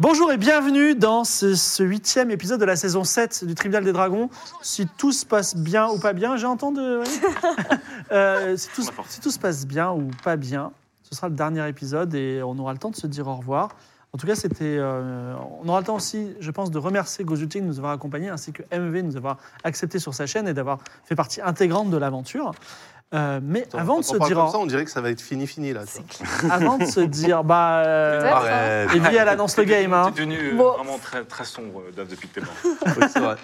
Bonjour et bienvenue dans ce, ce huitième épisode de la saison 7 du Tribunal des Dragons. Si tout se passe bien ou pas bien, j'ai entendu. oui. Euh, si, tout, si tout se passe bien ou pas bien, ce sera le dernier épisode et on aura le temps de se dire au revoir. En tout cas, c'était. euh, on aura le temps aussi, je pense, de remercier Gozuti de nous avoir accompagnés ainsi que MV de nous avoir accepté sur sa chaîne et d'avoir fait partie intégrante de l'aventure. Euh, mais Attends, avant quand de se on parle dire, comme au- ça, on dirait que ça va être fini, fini là. tu vois. avant de se dire, bah, euh, Peut-être. Arrête. Evie, elle annonce le game. hein. T'es devenu euh, Bon. vraiment très, très sombre, euh, Dave, depuis que t'es mort. Oui, c'est vrai.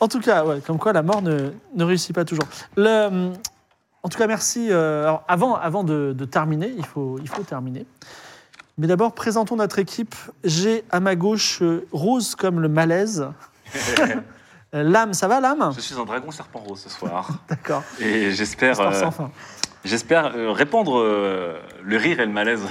En tout cas, ouais, comme quoi la mort ne, ne réussit pas toujours. Le, hum, en tout cas, merci. euh, alors, avant avant de, de terminer, il faut, il faut terminer. Mais d'abord, présentons notre équipe. J'ai à ma gauche euh, Rose comme le malaise. Euh, Lame, ça va, Lame Je suis un dragon serpent rose ce soir. D'accord. Et j'espère Histoire euh, sans fin. j'espère euh, répandre euh, le rire et le malaise.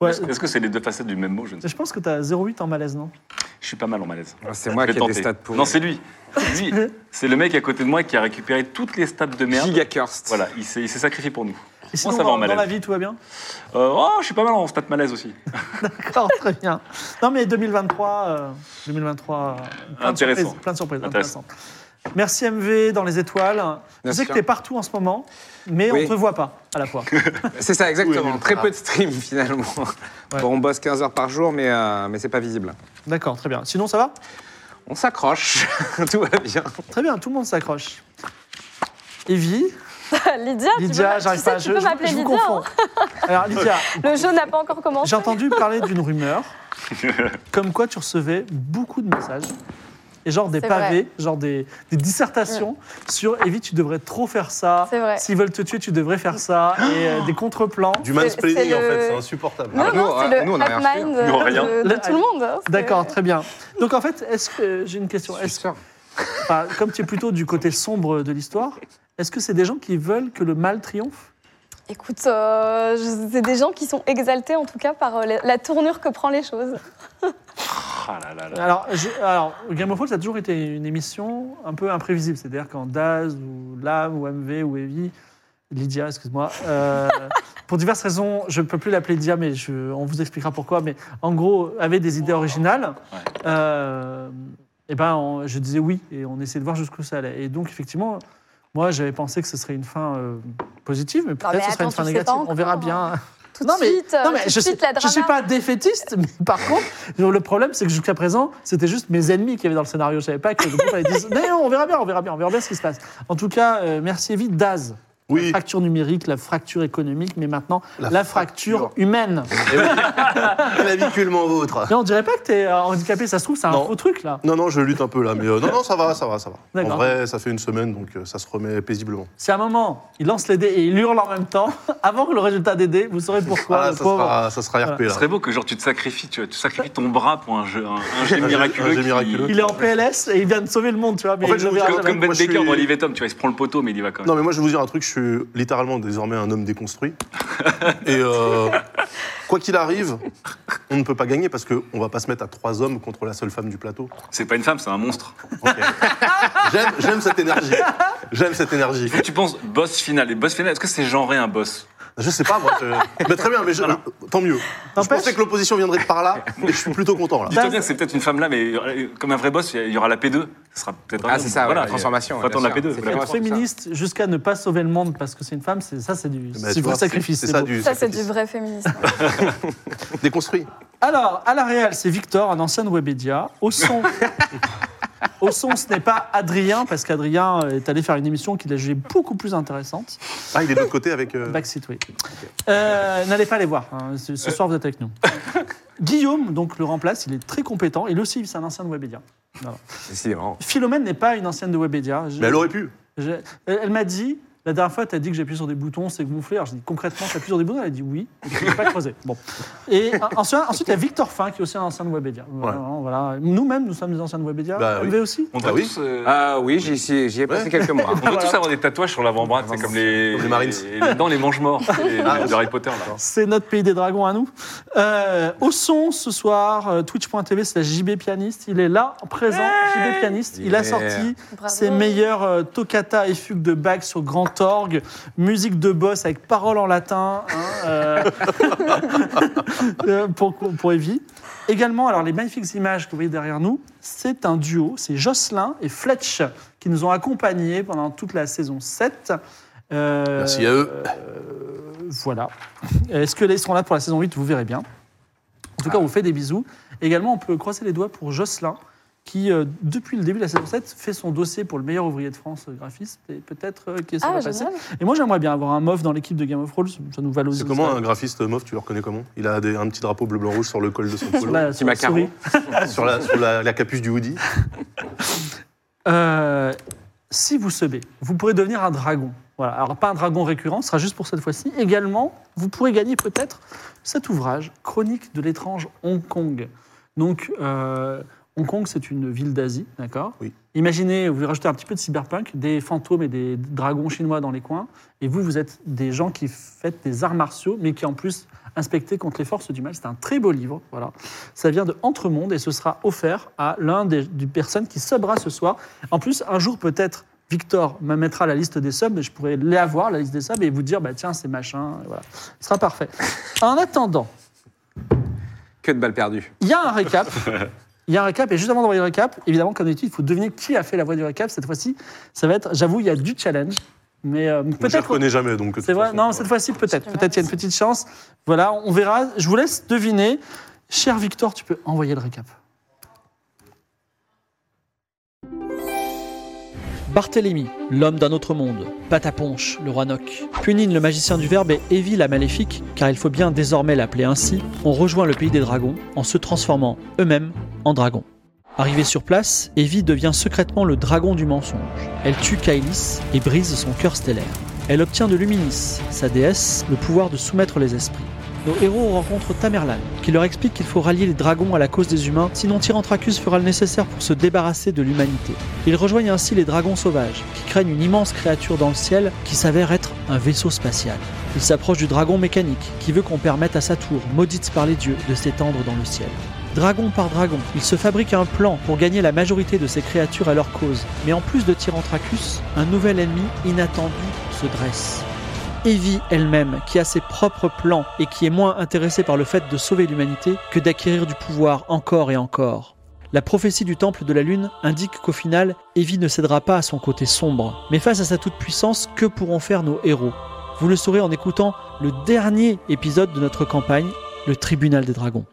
Ouais, Est-ce est-ce que c'est les deux facettes du même mot Je ne sais je pense que tu as 0,8 en malaise, non pas. Je suis pas mal en malaise. Ah, C'est moi Je vais qui ai des tenter. stats pour. Non, c'est lui. Lui, c'est le mec à côté de moi qui a récupéré toutes les stats de merde. Gigacurst. Voilà, il s'est il s'est sacrifié pour nous. Et sinon, ça va dans, en dans malaise. la vie, tout va bien Euh, oh, je suis pas mal en stats malaise aussi. D'accord, très bien. Non, mais 2023, euh, 2023 euh, plein, de Intéressant. surprises, plein de surprises. Intéressant. intéressantes. Merci MV dans les étoiles. Je sais Merci. que tu es partout en ce moment, mais Oui. on ne te voit pas à la fois. C'est ça, Oui, exactement. oui, Très peu de streams finalement. Ouais. Bon, on bosse 15 heures par jour, mais, euh, mais c'est pas visible. D'accord, très bien. Sinon, ça va On s'accroche. Tout va bien. Très bien, tout le monde s'accroche. Evie, Lydia, Ah, tu peux Lydia, m'a- tu, j'arrive sais, pas tu je- peux je- m'appeler je vous Lydia. confonds. hein. Alors, Lydia, Le jeu n'a pas encore commencé. j'ai entendu parler d'une rumeur comme quoi tu recevais beaucoup de messages. Et genre des C'est Mm. pavés, genre des, des dissertations sur Evie, tu devrais trop faire ça. C'est vrai. S'ils veulent te tuer, tu devrais faire ça. Et euh, des contreplans. Du C'est- c'est mansplaining le- en fait, c'est insupportable. Non, Ah, nous, non, c'est euh, le nous, on a rien mind reçu. Nous, on a rien. de, de Le- tout le monde. hein, c'est- D'accord, très bien. Donc en fait, est-ce que euh, j'ai une question Je suis Est-ce- sûr. enfin, Comme tu es plutôt du côté sombre de l'histoire, est-ce que c'est des gens qui veulent que le mal triomphe Écoute, euh, je- c'est des gens qui sont exaltés en tout cas par euh, la, la tournure que prend les choses. Ah là là là. alors, je- alors, Game of Thrones, ça a toujours été une émission un peu imprévisible. C'est-à-dire quand Daz ou Lam ou MV ou Evie, Lydia, excuse-moi, euh, pour diverses raisons, je ne peux plus l'appeler Lydia, mais je- on vous expliquera pourquoi. Mais en gros, avait des idées originales. Ouais. euh, eh ben, on- je disais oui, et on essayait de voir jusqu'où ça allait. Et donc, effectivement, moi, j'avais pensé que ce serait une fin euh, positive, mais peut-être mais ce serait une attends, fin tu sais négative. pas On encore. hein. verra bien. Tout de non, mais, suite, euh, non, mais tout de je suite, la ne suis drama. pas défaitiste, mais par contre, le problème, c'est que jusqu'à présent, c'était juste mes ennemis qui avaient dans le scénario. Je ne savais pas que le groupe allait dire Mais non, on verra bien, on verra bien, on verra bien ce qui se passe. En tout cas, euh, merci Evie. Daz, Oui. la fracture numérique, la fracture économique, mais maintenant la, La fracture, fracture. humaine. Et oui, Claviculement vôtre. Mais on dirait pas que tu es handicapé, ça se trouve, c'est un Non. faux truc là. Non, non, je lutte un peu là, mais euh, non, non, ça va, ça va, ça va. D'accord. En vrai, ça fait une semaine, donc euh, ça se remet paisiblement. C'est un moment, il lance les dés et il hurle en même temps, avant que le résultat des dés, vous saurez pourquoi, Ah, le ça, pauvre. sera, ça sera RP Ce là. serait beau que genre tu te sacrifies, tu, vois, tu sacrifies ton bras pour un jeu, un, un jet Un jet- miraculeux. un jet qui- miraculeux. Il est en PLS et il vient de sauver le monde, tu vois. Mais En fait, il je le vous verra dis Comme, jamais. comme Ben Moi, je Baker suis- dans Olivetum, tu vois, il se prend le poteau, mais il y va quand même. Non, mais moi, je vais vous dire un truc, je suis littéralement désormais un homme déconstruit. Et euh, quoi qu'il arrive, on ne peut pas gagner parce qu'on va pas se mettre à trois hommes contre la seule femme du plateau. C'est pas une femme, c'est un monstre. Ok. J'aime- J'aime cette énergie. J'aime cette énergie. Tu penses boss final. Et boss final, est-ce que c'est genré un boss Je sais pas, moi. je- Mais très bien, mais je- euh, tant mieux. Je N'empêche- pensais que l'opposition viendrait de par là, mais je suis plutôt content là. Dis-toi Bah, bien que c'est peut-être une femme là, mais euh, comme un vrai boss, il y aura la P2. Ce sera peut-être un Ah, homme. c'est ça, ouais, Voilà, la transformation. Faut ouais, attendre la bien sûr. P2. C'est voilà. vraiment Être ça. féministe jusqu'à ne pas sauver le monde parce que c'est une femme, c'est ça, c'est du, Bah, c'est tu du vrai vois, sacrifice. C'est c'est ça beau. du Ça, c'est du sacrifice. vrai féminisme. déconstruit. Alors, à la réelle, c'est Victor, un ancien de Webedia. Au son, au son ce n'est pas Adrien, parce qu'Adrien est allé faire une émission qu'il a jugée beaucoup plus intéressante. Ah, il est de l'autre côté avec. euh, Backseat, oui. Euh, N'allez pas les voir. hein. Ce ce soir, vous êtes avec nous. Guillaume, donc, le remplace. Il est très compétent. Et lui aussi, c'est un ancien de Webedia. Décidément. Philomène n'est pas une ancienne de Webedia. Je- Mais elle aurait pu. je- elle- elle m'a dit... La dernière fois, tu as dit que j'appuie sur des boutons, c'est gonflé. Alors, je dis concrètement, tu sur des boutons Elle a dit oui. Je n'ai pas creusé. Bon. Et en- ensuite, ensuite, il y a Victor Fin, qui est aussi un ancien de Webedia. Voilà, voilà. Nous-mêmes, nous sommes des anciens de Webedia. Bah oui. MV aussi On doit Ah oui. tous, euh, Ah oui, j'y suis- j'y ai passé Ouais. quelques mois. on doit tous avoir des tatouages sur l'avant-bras, c'est comme les, Comme les Marines. les- les dents, les manges morts les- Ah, de Harry Potter. Là. C'est notre pays des dragons à nous. Euh, au son ce soir, euh, twitch.tv, c'est la JB Pianiste. Il est là, présent, JB Pianiste. Il a Yeah. sorti Bravo. ses meilleurs euh, toccata et fugues de Bach sur grand orgue, musique de boss avec paroles en latin hein, euh, euh, pour, pour Evie. Également, alors les magnifiques images que vous voyez derrière nous, c'est un duo, c'est Jocelyn et Fletch qui nous ont accompagnés pendant toute la saison 7. Euh, Merci à eux. euh, voilà. Est-ce que qu'ils seront là pour la saison 8 Vous verrez bien. En Ah. tout cas, on vous fait des bisous. Également, on peut croiser les doigts pour Jocelyn, qui, euh, depuis le début de la saison 7, fait son dossier pour le meilleur ouvrier de France euh, graphiste, et peut-être euh, qui est Ah, passer. génial. Et moi, j'aimerais bien avoir un MOF dans l'équipe de Game of Thrones, ça nous valorise. C'est comment un graphiste euh, mof, tu le reconnais comment Il a des- un petit drapeau bleu-blanc-rouge sur le col de son Sur polo, la, sur la macaron. souris. sur, la, sur la- la capuche du hoodie. Euh, si vous sebez, vous pourrez devenir un dragon. Voilà. Alors, pas un dragon récurrent, ce sera juste pour cette fois-ci. Également, vous pourrez gagner peut-être cet ouvrage, Chronique de l'étrange Hong Kong. Donc, euh, Hong Kong, c'est une ville d'Asie, d'accord Oui. Imaginez, vous voulez rajouter un petit peu de cyberpunk, des fantômes et des dragons chinois dans les coins, et vous, vous êtes des gens qui faites des arts martiaux, mais qui en plus inspectez contre les forces du mal. C'est un très beau livre, voilà. Ça vient de Entremonde et ce sera offert à l'un des, des personnes qui subra ce soir. En plus, un jour peut-être, Victor me mettra la liste des subs et je pourrai les avoir, la liste des subs, et vous dire, bah tiens, c'est machin, et voilà. Ce sera parfait. En attendant, Que de balles perdues. il y a un récap. Il y a un récap, et juste avant d'envoyer le récap, évidemment, comme d'habitude, il faut deviner qui a fait la voix du récap. Cette fois-ci, ça va être, j'avoue, il y a du challenge. Mais euh, Je ne peut-être. reconnais jamais, donc. euh, de C'est toute vrai façon, Non, voilà. cette fois-ci, peut-être. C'est Peut-être il y a une petite chance. Voilà, on verra. Je vous laisse deviner. Cher Victor, tu peux envoyer le récap. Barthélemy, l'homme d'un autre monde, Pataponche, le roi Noc, Punine, le magicien du verbe et Evie, la maléfique, car il faut bien désormais l'appeler ainsi, ont rejoint le pays des dragons en se transformant eux-mêmes en dragons. Arrivée sur place, Evie devient secrètement le dragon du mensonge. Elle tue Kailis et brise son cœur stellaire. Elle obtient de Luminis, sa déesse, le pouvoir de soumettre les esprits. Nos héros rencontrent Tamerlan, qui leur explique qu'il faut rallier les dragons à la cause des humains, sinon Tyrantracus fera le nécessaire pour se débarrasser de l'humanité. Ils rejoignent ainsi les dragons sauvages, qui craignent une immense créature dans le ciel qui s'avère être un vaisseau spatial. Ils s'approchent du dragon mécanique, qui veut qu'on permette à sa tour, maudite par les dieux, de s'étendre dans le ciel. Dragon par dragon, il se fabrique un plan pour gagner la majorité de ces créatures à leur cause. Mais en plus de Tyrantracus, un nouvel ennemi inattendu se dresse. Evie elle-même, qui a ses propres plans et qui est moins intéressée par le fait de sauver l'humanité que d'acquérir du pouvoir encore et encore. La prophétie du Temple de la Lune indique qu'au final, Evie ne cédera pas à son côté sombre. Mais face à sa toute-puissance, que pourront faire nos héros Vous le saurez en écoutant le dernier épisode de notre campagne, le Tribunal des Dragons.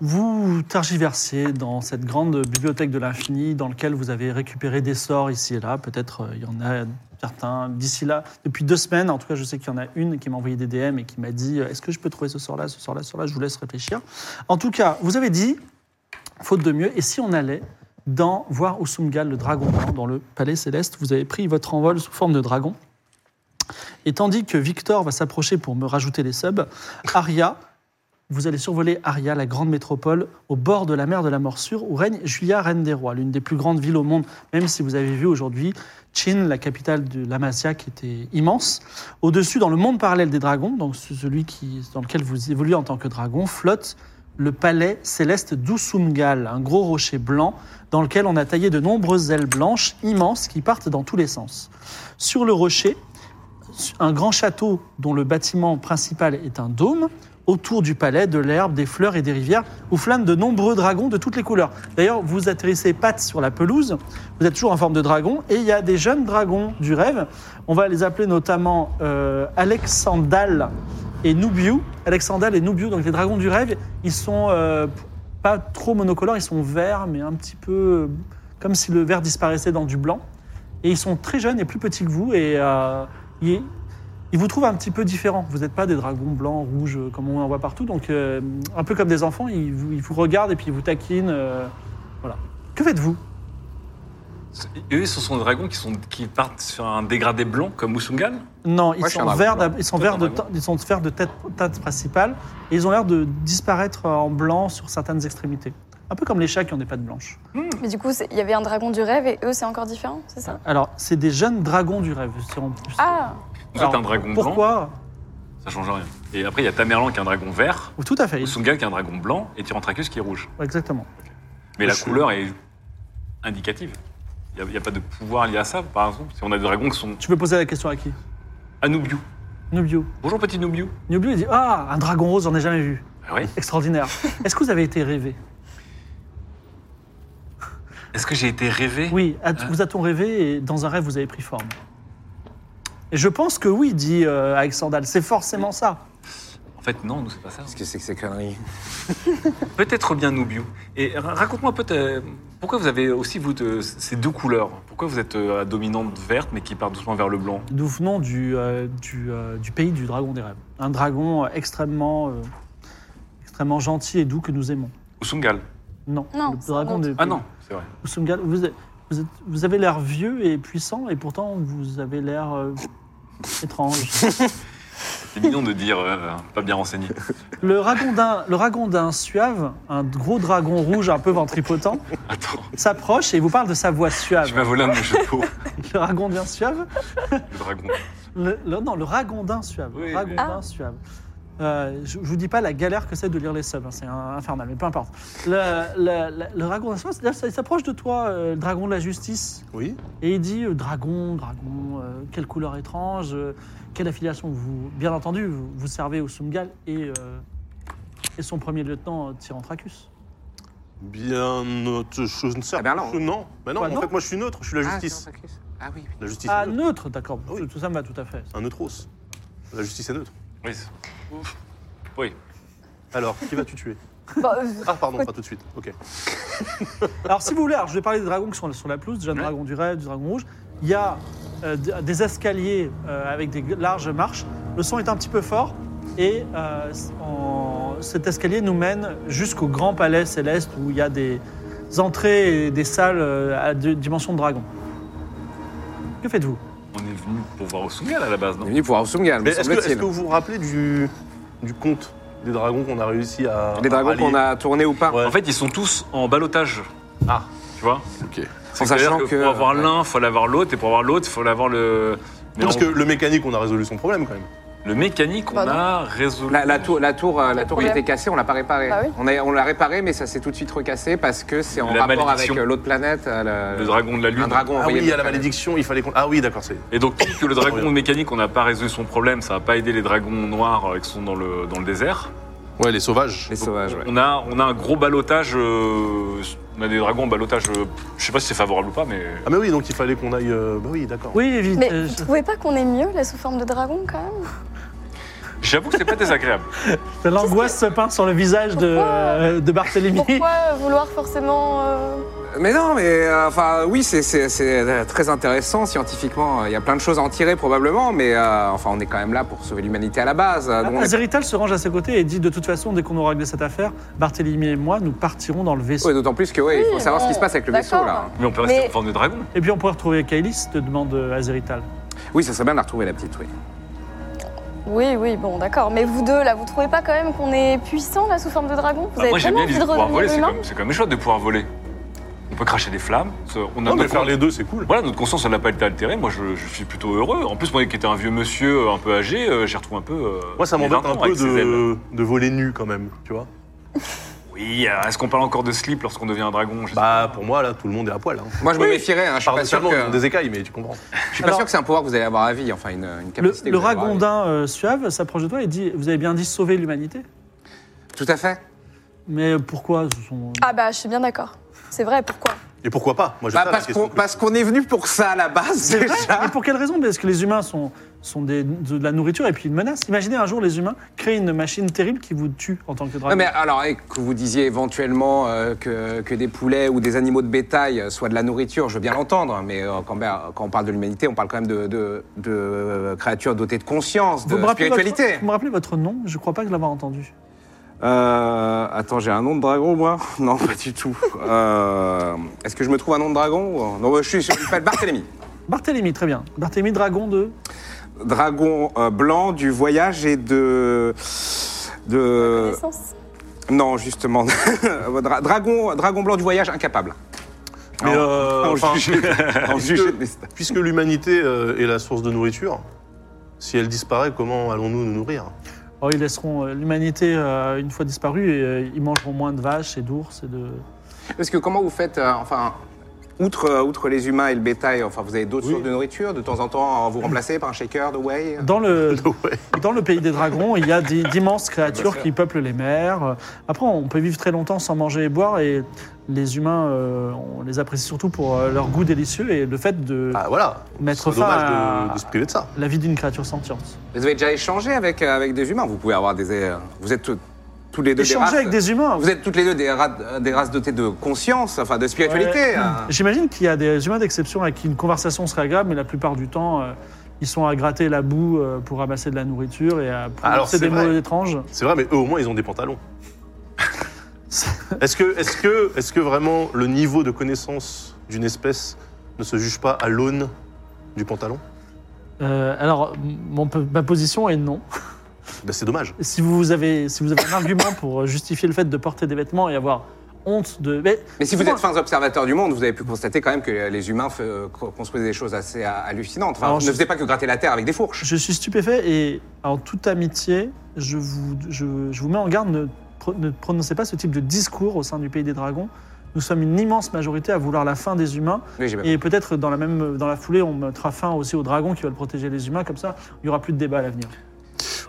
Vous targiversiez dans cette grande bibliothèque de l'infini dans laquelle vous avez récupéré des sorts ici et là. Peut-être euh, il y en a certains d'ici là. Depuis deux semaines, en tout cas, je sais qu'il y en a une qui m'a envoyé des DM et qui m'a dit euh, Est-ce que je peux trouver ce sort-là, ce sort-là, ce sort-là Je vous laisse réfléchir. En tout cas, vous avez dit, faute de mieux, et si on allait dans voir Usumgal, le dragon blanc, dans le palais céleste, vous avez pris votre envol sous forme de dragon. Et tandis que Victor va s'approcher pour me rajouter les subs, Aria Vous allez survoler Aria, la grande métropole, au bord de la mer de la Morsure, où règne Julia, reine des rois, l'une des plus grandes villes au monde, même si vous avez vu aujourd'hui Chin, la capitale de l'Amasia, qui était immense. Au-dessus, dans le monde parallèle des dragons, donc celui qui, dans lequel vous évoluez en tant que dragon, flotte le palais céleste d'Usungal, un gros rocher blanc dans lequel on a taillé de nombreuses ailes blanches immenses qui partent dans tous les sens. Sur le rocher, un grand château dont le bâtiment principal est un dôme, autour du palais, de l'herbe, des fleurs et des rivières, où flânent de nombreux dragons de toutes les couleurs. D'ailleurs, vous atterrissez pattes sur la pelouse, vous êtes toujours en forme de dragon, et il y a des jeunes dragons du rêve. On va les appeler notamment euh, Alexandal et Nubiu. Alexandal et Nubiu, donc les dragons du rêve, ils sont euh, pas trop monocolores, ils sont verts, mais un petit peu euh, comme si le vert disparaissait dans du blanc. Et ils sont très jeunes et plus petits que vous, et euh, ils, ils vous trouvent un petit peu différents. Vous n'êtes pas des dragons blancs, rouges, euh, comme on en voit partout, donc euh, un peu comme des enfants, ils vous, ils vous regardent et puis ils vous taquinent. euh, voilà. Que faites-vous Eux, ce sont des dragons qui, sont, qui partent sur un dégradé blanc comme Musungal. Non, ils Moi, je suis sont, un dragon verts, blanc. d'ab- ils sont Toi, verts t'es un de, dragon. te- ils sont verts de tête, tête principale et ils ont l'air de disparaître euh, en blanc sur certaines extrémités. Un peu comme les chats qui ont des pattes blanches. Mais du coup, c'est- il y avait un dragon du rêve et eux, c'est encore différent, c'est ça Alors, c'est des jeunes dragons du rêve. c'est en- Ah Vous Alors, êtes un dragon blanc, Pourquoi ça change rien. Et après, il y a Tamerlan qui est un dragon vert, Oh, Tout à fait. Musungal qui est un dragon blanc, et Tyrantracus qui est rouge. Exactement. Mais la Je- couleur est indicative. Il n'y a, pas de pouvoir lié à ça, par exemple. Si on a des dragons qui sont Tu peux poser la question à qui à Nubiu. Nubio. Bonjour, petit Nubiu. Nubio, il dit Ah, un dragon rose, j'en ai jamais vu. Ah oui. Extraordinaire. Est-ce que vous avez été rêvé Est-ce que j'ai été rêvé Oui, a- Ah. vous a-t-on rêvé et dans un rêve, vous avez pris forme Et je pense que oui, dit euh, Alexandal. C'est forcément ça. En fait, non, nous, c'est pas ça. Qu'est-ce que c'est que ces conneries Peut-être bien Nubiu. Et ra- raconte-moi peut-être pourquoi vous avez aussi vous de- ces deux couleurs. Pourquoi vous êtes euh, à dominante verte mais qui part doucement vers le blanc Nous venons du, euh, du, euh, du pays du dragon des rêves. Un dragon extrêmement, euh, extrêmement gentil et doux que nous aimons. Usungal. Non, Non, le c'est un dragon autre. des Ah non, c'est vrai. Usungal, vous, êtes- vous êtes- vous avez l'air vieux et puissant, et pourtant vous avez l'air euh, étrange. C'est mignon de dire euh, pas bien renseigné. Le ragondin, le ragondin suave, un gros dragon rouge un peu ventripotent, Attends, s'approche et vous parle de sa voix tu suave. m'as volé un de mes chapeaux, Le ragondin suave le dragon. Le- le- non, le ragondin suave. le Oui, mais- ragondin suave. Euh, je, je vous dis pas la galère que c'est de lire les subs, hein, c'est un- infernal, mais peu importe. Le, le- le- le ragondin suave, c'est-à-dire, ça- il s'approche de toi, euh, le dragon de la justice, Oui. et il dit euh, dragon, dragon, euh, quelle couleur étrange, euh, quelle affiliation vous, bien entendu, vous, vous servez au Sungal et, euh, et son premier lieutenant euh, Tyrantracus. Bien neutre. Je ne sais Ah, Berlin, hein. Non, bah non, Quoi, en non fait, moi, je suis neutre. Je suis la justice. Ah oui, oui. la justice Ah, est neutre. neutre, d'accord, Oui. tout, tout ça me va tout à fait. Un neutros. La justice est neutre. Oui. c'est- Alors, qui vas-tu tuer Bah, euh, Ah, pardon, pas tout de suite. Ok. Alors, si vous voulez, alors, je vais parler des dragons qui sont sur la pelouse, déjà le Ouais. dragon du rêve, du dragon rouge. Il y a euh, d- des escaliers euh, avec des larges marches. Le son est un petit peu fort. Et euh, en- cet escalier nous mène jusqu'au grand palais céleste où il y a des entrées et des salles euh, à di- dimension de dragon. Que faites-vous On est venu pour voir Usungal à la base, On non est venu pour Aosungal, Mais me est-ce que, est-ce semble-t-il. que vous vous rappelez du, du conte des dragons qu'on a réussi à. Les dragons à qu'on a tournés ou pas Ouais. En fait, ils sont tous en balotage. Ah, tu vois Ok. En C'est-à-dire sachant que que. pour avoir ouais. l'un, faut l'avoir l'autre, et pour avoir l'autre, faut l'avoir le. Mais Parce on- que le mécanique, on a résolu son problème quand même. le mécanique, on Pardon a résolu. La, la tour, la tour, euh, la tour il problème. était cassée, on l'a pas réparée. Bah oui. On a- on l'a réparée, mais ça s'est tout de suite recassé parce que c'est en La rapport avec malédiction. euh, l'autre planète. euh, le dragon de la lune. Un dragon Ah oui, envoyé il y a de la malédiction, il fallait qu'on. Ah oui, d'accord, c'est. Et donc, tant que le dragon Incroyable. mécanique, on n'a pas résolu son problème, ça va pas aider les dragons noirs euh, qui sont dans le, dans le désert. Ouais, les sauvages. Les sauvages, ouais. On, a, on a un gros balotage. euh, on a des dragons en balotage. euh, je sais pas si c'est favorable ou pas, mais. Ah, mais oui, donc il fallait qu'on aille. euh, Bah oui, d'accord. Oui, vite. mais euh, vous trouvez pas qu'on est mieux, là, sous forme de dragon, quand même J'avoue que c'est pas désagréable. je- L'angoisse se peint sur le visage de, Pourquoi euh, de Barthélemy. Pourquoi vouloir forcément... euh, Mais non, mais euh, enfin oui, c'est- c'est c'est, euh, très intéressant scientifiquement. Il y a plein de choses à en tirer probablement, mais euh, enfin on est quand même là pour sauver l'humanité à la base. Ah, Euh, donc on est- Azerital se range à ses côtés et dit de toute façon, dès qu'on aura réglé cette affaire, Barthélemy et moi, nous partirons dans le vaisseau. Ouais, D'autant plus que ouais, il faut Oui, savoir ce qui bon, se passe avec le vaisseau là. d'accord. Mais on peut rester Mais- en forme de dragon. Et puis on pourrait retrouver Kailis, te demande euh, Azerital. Oui, ça serait bien de la retrouver la petite. Oui. Oui, oui, bon, d'accord. Mais vous deux, là, vous trouvez pas quand même qu'on est puissant là sous forme de dragon Vous Ah, avez moi, j'aime vraiment bien envie l'idée de de pouvoir voler, redevenir c'est quand, humain même, c'est quand même chouette de pouvoir voler. On peut cracher des flammes. ça- On a Non, mais notre- faire les deux, c'est cool. Voilà, notre conscience, elle n'a pas été altérée. Moi, je, je suis plutôt heureux. En plus, moi qui étais un vieux monsieur euh, un peu âgé, euh, j'y retrouve un peu. euh, Moi, ça mes m'embête 20 un ans avec peu ces ailes. de, de voler nu quand même, tu vois. Oui, euh, est-ce qu'on parle encore de slip lorsqu'on devient un dragon Je sais Bah, pour moi, là, tout le monde est à poil. Hein. Moi, je me Oui. méfierais. hein, Je suis pas sûr Paradoxalement, ils ont que, des écailles, mais tu comprends. je suis pas Alors- sûr que c'est un pouvoir que vous allez avoir à vie. Enfin, une, une Le, capacité. que le vous allez avoir à vie. ragondin euh, suave s'approche de toi et dit Vous avez bien dit sauver l'humanité. Tout à fait. Mais pourquoi ce sont... Ah bah, je suis bien d'accord. C'est vrai, pourquoi Et pourquoi pas Moi, je Bah, sais la parce question qu'on que- parce qu'on est venu pour ça à la base C'est vrai déjà. Mais pour quelle raison Parce que les humains sont, sont des- de la nourriture et puis une menace. Imaginez un jour les humains créent une machine terrible qui vous tue en tant que dragon. Non, mais alors, et que vous disiez éventuellement euh, que, que des poulets ou des animaux de bétail euh, soient de la nourriture, je veux bien l'entendre, mais euh, quand, ben, quand on parle de l'humanité, on parle quand même de, de- de, euh, créatures dotées de conscience, de vous, me rappelez spiritualité. votre, vous me rappelez votre nom Je crois pas que je l'avoir entendu. Euh, attends, j'ai un nom de dragon, moi Non, pas du tout. Euh, Est-ce que je me trouve un nom de dragon ou- Non, je suis sur le Barthélemy. Barthélemy, très bien. Barthélemy, dragon de. Dragon euh, blanc du voyage et Euh, de... de... Connaissance. Non, justement. Dra- dragon, dragon blanc du voyage incapable. Mais, euh, en enfin, juger- en puisque- juger de mes stats. Puisque l'humanité euh, est la source de nourriture, si elle disparaît, comment allons-nous nous nourrir Oh, ils laisseront euh, l'humanité euh, une fois disparue et euh, ils mangeront moins de vaches et d'ours et de. Parce que comment vous faites, euh, enfin, outre, euh, outre les humains et le bétail, enfin, vous avez d'autres Oui. sources de nourriture De temps en temps, euh, vous remplacez par un shaker de whey euh Dans le, Ouais. dans le pays des dragons, il y a des- d'immenses créatures sûr. qui peuplent les mers. Euh, Après, on peut vivre très longtemps sans manger et boire et les humains, euh, on les apprécie surtout pour euh, leur goût délicieux et le fait de Ah voilà, mettre c'est fin dommage à de, de se priver de ça. la vie d'une créature sentiente. Vous avez déjà échangé avec, euh, avec des humains Vous pouvez avoir des. euh, vous êtes tout- tous les deux des races. Échanger avec des humains. Vous êtes toutes les deux des, ra- euh, des races dotées de conscience, enfin de spiritualité. Ouais. hein. Mmh. euh. J'imagine qu'il y a des humains d'exception à qui une conversation serait agréable, mais la plupart du temps, euh, ils sont à gratter la boue euh, pour ramasser de la nourriture et à Alors, prononcer des c'est mots vrai. étranges. C'est vrai, mais eux au moins ils ont des pantalons. est-ce que, est-ce que, est-ce que vraiment le niveau de connaissance d'une espèce ne se juge pas à l'aune du pantalon Euh, alors, m- mon, pe- ma position est non. ben, C'est dommage. Si vous avez, si vous avez un argument pour euh, justifier le fait de porter des vêtements et avoir honte de... Mais, Mais si vous Moi- êtes fins observateurs du monde, vous avez pu constater quand même que les humains fe- euh, co- construisaient des choses assez euh, hallucinantes. Enfin, Alors, vous je- ne faisiez pas que gratter la terre avec des fourches. Je suis stupéfait et en toute amitié, je vous, je, je vous mets en garde, ne, pro- ne prononcez pas ce type de discours au sein du pays des dragons. Nous sommes une immense majorité à vouloir la fin des humains Oui, j'ai bien Et peut-être dans la même dans la foulée, on mettra fin aussi aux dragons qui veulent protéger les humains. Comme ça, il y aura plus de débat à l'avenir.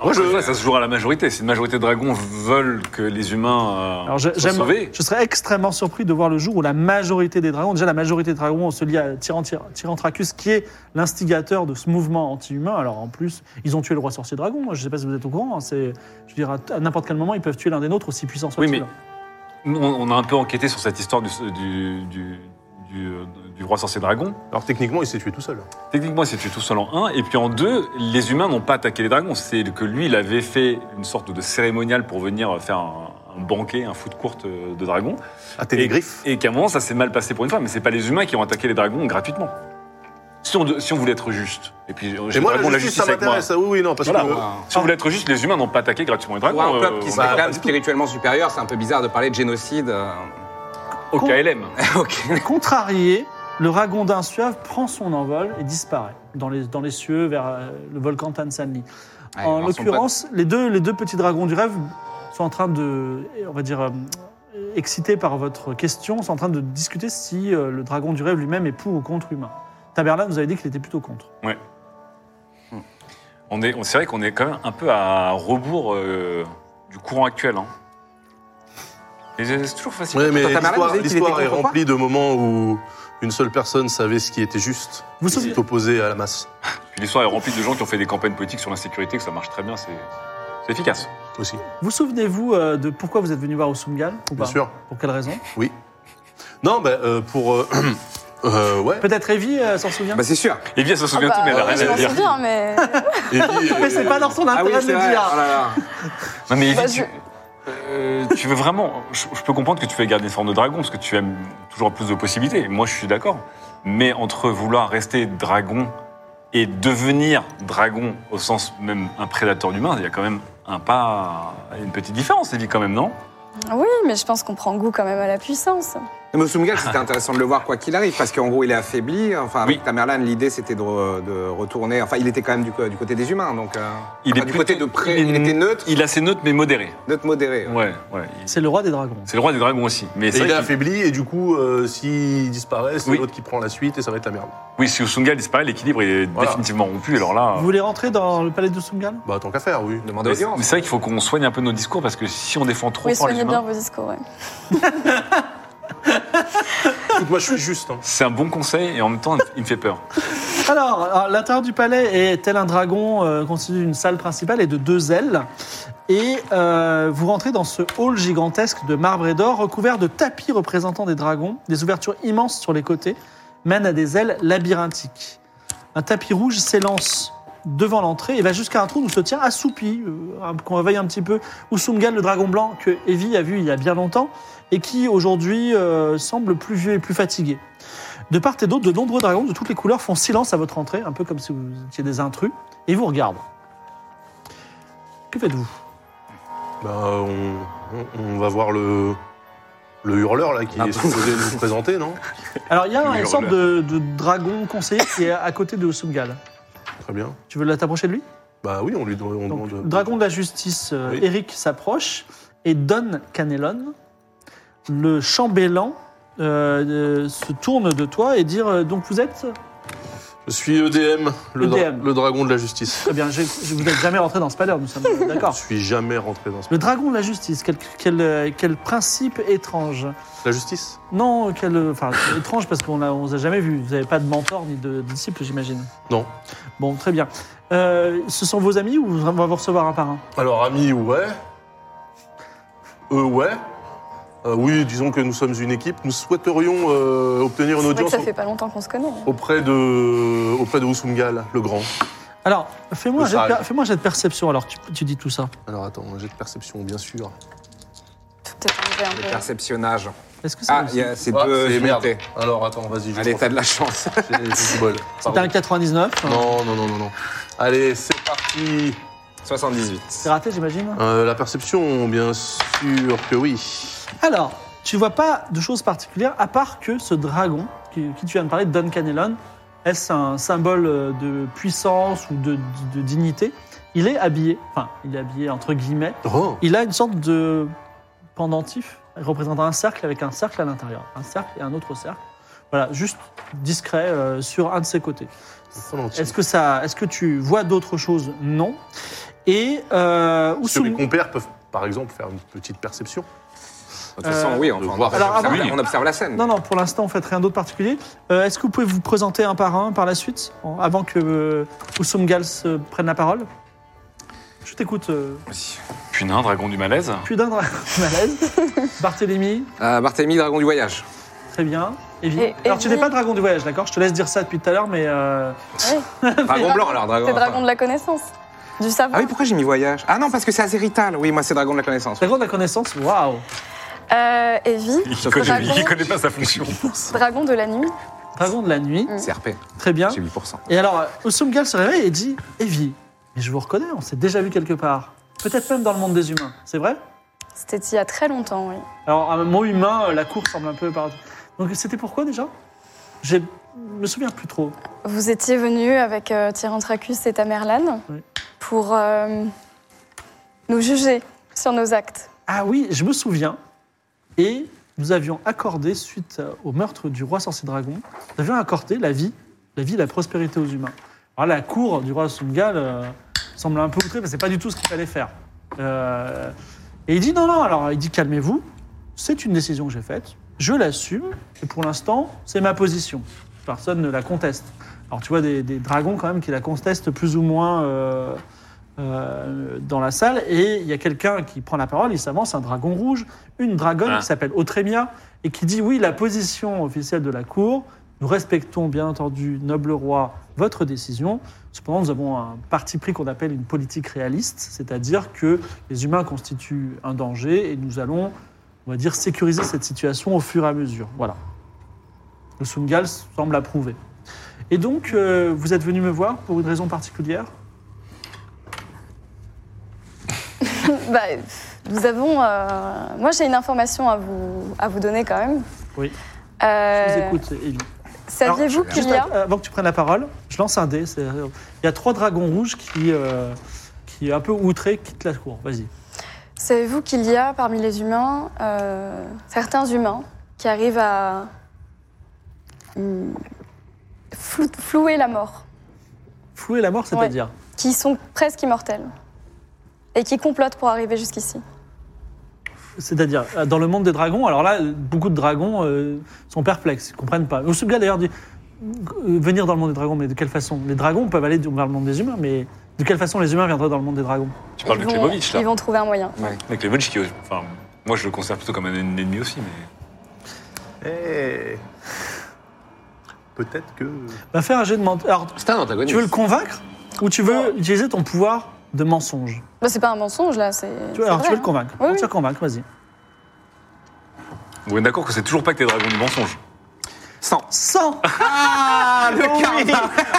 Moi, je... Ça se jouera à la majorité. Si une majorité de dragons veulent que les humains euh, Alors, je- soient j'aime- sauvés, je serais extrêmement surpris de voir le jour où la majorité des dragons, déjà la majorité des dragons, se lie à Tyran- Tyr- Tyrantracus, qui est l'instigateur de ce mouvement anti-humain. Alors en plus, ils ont tué le roi sorcier dragon. Moi, je ne sais pas si vous êtes au courant. hein. C'est, je veux dire, à, à n'importe quel moment, ils peuvent tuer l'un des nôtres, aussi puissant soit-il. mais- nous, on on a un peu enquêté sur cette histoire du, du, du- du, euh, du roi sorcier dragon. Alors techniquement, il s'est tué tout seul. hein. Techniquement, il s'est tué tout seul en 1. Et puis en 2, les humains n'ont pas attaqué les dragons. C'est que lui, il avait fait une sorte de cérémonial pour venir faire un, un banquet, un foot courte euh, de dragons. Ah, t'es Et- les griffes Et qu'à un moment, ça s'est mal passé pour une fois. Mais c'est pas les humains qui ont attaqué les dragons gratuitement. Si on, de- si on voulait être juste. Et puis, euh, j'ai Et moi, la dragon, justice, ça avec moi. m'intéresse. Ah, oui, oui, non, parce Voilà. que Wow. Si on voulait être juste, les humains n'ont pas attaqué gratuitement les Pour un dragons. peuple qui euh, se bah, réclame pas du tout. spirituellement supérieur, c'est un peu bizarre de parler de génocide. euh. au KLM. ok. Contrarié, le ragondin suave prend son envol et disparaît dans les, dans les cieux vers euh, le volcan Tansanli. Allez, en alors, son l'occurrence, les deux, les deux petits dragons du rêve sont en train de, on va dire, euh, excités par votre question, sont en train de discuter si euh, le dragon du rêve lui-même est pour ou contre humain. Taberla nous avait dit qu'il était plutôt contre. On est, on- c'est vrai qu'on est quand même un peu à rebours euh, du courant actuel. hein. Mais c'est c'est toujours facile. Ouais, mais Attends, ta marraine l'histoire- disait qu'il était l'histoire est contre quoi remplie de moments où une seule personne savait ce qui était juste Vous et s'est souvenez- opposée à la masse Puis L'histoire est remplie de gens qui ont fait des campagnes politiques sur l'insécurité, que ça marche très bien, c'est c'est efficace. aussi, Vous souvenez-vous euh, de pourquoi vous êtes venu voir Osumgal ou bien pas sûr. Pour quelle raison Non, bah, euh, pour. euh, euh, ouais. Peut-être Evie euh, s'en souvient Bah c'est sûr. Et bien, ça se Ah souvient bah, tout, mais elle a oui, rien à Je dire. m'en souviens, mais Et puis, euh, Mais c'est pas dans son Ah oui, intérêt de c'est le vrai. dire. Oh là là. Non, mais Evie, Bah, tu, je- euh, tu veux vraiment. Je, je peux comprendre que tu veux garder une forme de dragon, parce que tu aimes toujours plus de possibilités. Moi, je suis d'accord. Mais entre vouloir rester dragon Et devenir dragon, au sens même un prédateur humain, il y a quand même un pas, une petite différence, il dit quand même, non Oui, mais je pense qu'on prend goût quand même à la puissance. Mais Musungal, c'était intéressant de le voir quoi qu'il arrive, parce qu'en gros, il est affaibli. Enfin, avec Oui. Tamerlan, l'idée, c'était de, re- de retourner. Enfin, il était quand même du, co- du côté des humains, donc. euh, Il enfin, est du plutôt- côté de près. il Il, est- était neutre, Il a ses neutres, mais modéré. neutre modéré. ouais. Ouais, ouais. Il- C'est le roi des dragons. C'est le roi des dragons aussi. Mais Et c'est il est vrai qu'il- affaibli, et du coup, euh, s'il disparaît, c'est Oui. l'autre qui prend la suite, et ça va être la merde. Oui, si Usungal disparaît, l'équilibre est Voilà. définitivement rompu. Alors là. Vous voulez rentrer dans le palais de Sungal Bah, tant qu'à faire, oui. Mais Demandez aux c'est mais gens. c'est vrai qu'il faut qu'on soigne un peu nos discours parce que si on défend trop Oui, fort les soignez bien humains, vos discours. ouais. Écoute, moi, je suis juste. hein. c'est un bon conseil et en même temps, il me fait peur. Alors, alors, l'intérieur du palais est tel un dragon, euh, constitué d'une salle principale et de deux ailes. Et euh, vous rentrez dans ce hall gigantesque de marbre et d'or, recouvert de tapis représentant des dragons. Des ouvertures immenses sur les côtés mènent à des ailes labyrinthiques. Un tapis rouge s'élance devant l'entrée et va jusqu'à un trou où se tient assoupi, euh, un- qu'on réveille un petit peu, Usumgal, le dragon blanc que Evie a vu il y a bien longtemps et qui aujourd'hui euh, semble plus vieux et plus fatigué. De part et d'autre, de nombreux dragons de toutes les couleurs font silence à votre entrée, un peu comme si vous étiez des intrus, et vous regardent. Que faites-vous Bah, on, on- on va voir le, le hurleur, là, qui Ah, est supposé nous présenter, non Alors, il y a Le une hurleur. sorte de, de dragon conseiller qui est à côté de Sungal. Très bien. Tu veux la- t'approcher de lui Bah oui, on lui doit- on Donc, demande. euh, Dragon de la justice, euh, Oui. Eric s'approche et Don Canelon, le chambellan, euh, euh, se tourne de toi et dire euh, Donc vous êtes Je suis EDM, le, dra- EDM. le dragon de la justice. Très bien, je, je- vous n'êtes jamais rentré dans ce palais, nous sommes Je d'accord. suis jamais rentré dans ce. Le dragon de la justice, quel- quel, euh, quel principe étrange La justice Non, quel, enfin, c'est étrange parce qu'on ne vous a jamais vu. Vous n'avez pas de mentor ni de disciple, j'imagine. Non. Bon, très bien. Euh, ce sont vos amis ou vous- on va vous recevoir un par un Alors, amis, ouais. Eux, ouais. Euh, oui, disons que nous sommes une équipe. Nous souhaiterions euh, obtenir une C'est vrai que audience ça fait pas longtemps qu'on se connaît. auprès de auprès de Usungal, le grand. Alors, fais-moi un, Le jet de sage. per- fais-moi un jet de perception. Alors, tu, tu dis tout ça. Alors attends, un jet de perception, bien sûr. Tout est changé un Le peu. perceptionnage. Est-ce que c'est Ah, réussi il y a ces Ah, deux c'est merde. unités. Alors attends, vas-y, je Allez, prends- t'as de la chance. j'ai- j'ai du bol. C'était un Pardon. 99. Non, non, non, non, non. Allez, c'est parti. 78. C'est raté, j'imagine. Euh, la perception, bien sûr que oui. Alors, tu vois pas de choses particulières à part que ce dragon, qui, qui tu viens de parler, Don Canelon, est-ce un symbole euh, de puissance ou de- de- de dignité Il est habillé, enfin, il est habillé entre guillemets, Oh, Il a une sorte de pendentif représentant un cercle avec un cercle à l'intérieur, un cercle et un autre cercle. Voilà, juste discret euh, sur un de ses côtés. c'est gentil. Est-ce que ça, est-ce que tu vois d'autres choses Non. Et euh, Parce que mes Usum- compères peuvent, par exemple, faire une petite perception. Euh, De toute façon, oui, enfin, de on, voir. observe, Alors, avant- la- on observe la scène. non non, pour l'instant on fait rien d'autre particulier. Euh, est-ce que vous pouvez vous présenter un par un par la suite, en- avant que euh, Usum Gals euh, prenne la parole Je t'écoute. Euh, Oui. Punain, dragon du malaise. plus d'un dra- malaise. Barthélémy, Euh, Barthélemy, dragon du voyage. Très bien. Evie. Et- Alors, tu n'es Evie. pas dragon du voyage, d'accord Je te laisse dire ça depuis tout à l'heure, mais. euh, Ouais, Dragon blanc, alors, dragon. c'est dragon de la connaissance, du Ah savoir. oui, pourquoi j'ai mis voyage Ah non, parce que c'est Azerital. Oui, moi, c'est dragon de la connaissance. Dragon de la connaissance, waouh Euh, Evie, Il Sauf connaît, dragon. il connaît pas sa fonction. dragon de la nuit. Dragon de la nuit, C'est RP, très bien. j'ai 8%. Et alors, euh, Usumgal se réveille et dit Evie, mais je vous reconnais, on s'est déjà vu quelque part. Peut-être même dans le monde des humains, c'est vrai C'était il y a très longtemps, oui. Alors, un mot humain, euh, la cour semble un peu partout. Donc, c'était pourquoi déjà Je me souviens plus trop. Vous étiez venu avec euh, Tyrantracus et Tamerlan Oui. pour euh, nous juger sur nos actes. Ah oui, je me souviens. Et nous avions accordé, suite euh, au meurtre du roi sorcier dragon, nous avions accordé la vie, la vie et la prospérité aux humains. Alors la cour du roi Sungal euh, semble un peu outrée, parce que c'est pas du tout ce qu'il fallait faire. Euh, et il dit non, non, alors il dit calmez-vous, c'est une décision que j'ai faite, je l'assume, et pour l'instant, c'est ma position. Personne ne la conteste. Alors tu vois des, des dragons quand même qui la contestent plus ou moins. euh, euh, dans la salle et il y a quelqu'un qui prend la parole, il s'avance, un dragon rouge, une dragonne Ah. qui s'appelle Otremia et qui dit oui, la position officielle de la cour, nous respectons bien entendu, noble roi, votre décision. Cependant, nous avons un parti pris qu'on appelle une politique réaliste, c'est-à-dire que les humains constituent un danger et nous allons, on va dire, sécuriser cette situation au fur et à mesure. Voilà. Le Sungal semble approuver. Et donc, euh, vous êtes venu me voir pour une raison particulière Bah, nous avons. euh, Moi, j'ai une information à vous, à vous donner quand même. Oui. Euh, Je vous écoute, Ellie. Saviez-vous Alors, qu'il y a. Euh, Avant que tu prenne la parole, je lance un dé. c'est- euh, Il y a trois dragons rouges qui, euh, qui un peu outrés, quittent la cour. Vas-y. Savez-vous qu'il y a parmi les humains euh, certains humains qui arrivent à hum, flou- flouer la mort, Flouer la mort, c'est-à-dire qui sont presque immortels et qui complotent pour arriver jusqu'ici C'est-à-dire, euh, dans le monde des dragons, alors là, beaucoup de dragons euh, sont perplexes, ils comprennent pas. Osubga, d'ailleurs, dit euh, venir dans le monde des dragons, mais de quelle façon Les dragons peuvent aller vers le monde des humains, mais de quelle façon les humains viendraient dans le monde des dragons Tu parles ils de vont- Klemovic, là. Ils vont trouver un moyen. Mais Klemovic, qui, enfin, moi, je le considère plutôt comme un ennemi aussi, mais... Eh. Peut-être que. Va faire un jeu de menteur. Alors, C'est un antagoniste. tu veux le convaincre ou tu veux utiliser ton pouvoir de mensonge Bah, c'est pas un mensonge là, c'est. tu c'est veux, Alors, vrai, tu veux le hein. convaincre Oui, Tu veux convaincre, vas-y. Vous êtes d'accord que c'est toujours pas que tes dragons du mensonge Sans. 100 Ah, le karma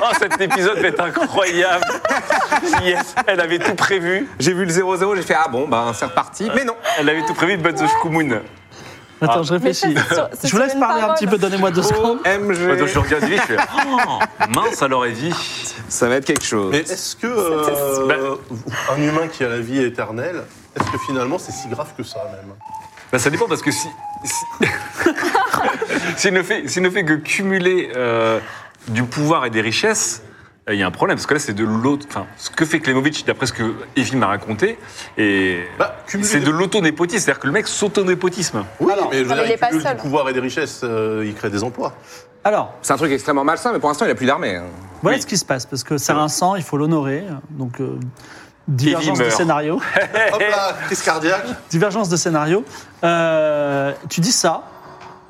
Oh, cet épisode va être incroyable Yes, elle avait tout prévu. J'ai vu le 0-0, j'ai fait ah bon, ben c'est reparti. Mais non, Elle avait tout prévu de battre The Moon. Attends, Ah. Oh. je réfléchis. Mais ça, c'est sur- hein. c'est je vous sur laisse une parler un parole. petit peu, donnez-moi deux secondes. Attends, je OMG. regarde vite, je fais Oh, mince, alors Evie Ça va être quelque chose. Mais est-ce que. euh, un humain qui a la vie éternelle, est-ce que finalement c'est si grave que ça, même Bah, ça dépend parce que si. si- S'il ne, fait- s'il ne fait que cumuler euh, du pouvoir et des richesses, euh, il y a un problème. Parce que là, c'est de l'autre. Enfin, ce que fait Klemovic, d'après ce que Evie m'a raconté, et. Bah, cumuler c'est des- de l'autonépotisme, c'est-à-dire que le mec s'autonépotisme. Oui, Alors, mais je veux Ah non, dire, mais il est il pas cumule seul. du pouvoir et des richesses, euh, il crée des emplois. Alors, C'est un truc extrêmement malsain, mais pour l'instant, il a plus d'armée. hein. voilà Oui. ce qui se passe, parce que c'est Oh. un sang, il faut l'honorer. Donc, euh, divergence de meurt. scénario. Hop là, crise cardiaque. Divergence de scénario. Euh, tu dis ça,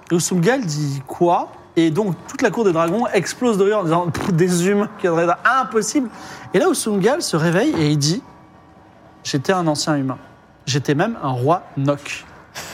et Osumgal dit quoi Et donc toute la cour des dragons explose de rire en disant Pff, des humains, qui viendraient là, impossible. Et là, Osumgal se réveille et il dit J'étais un ancien humain. J'étais même un roi Nok.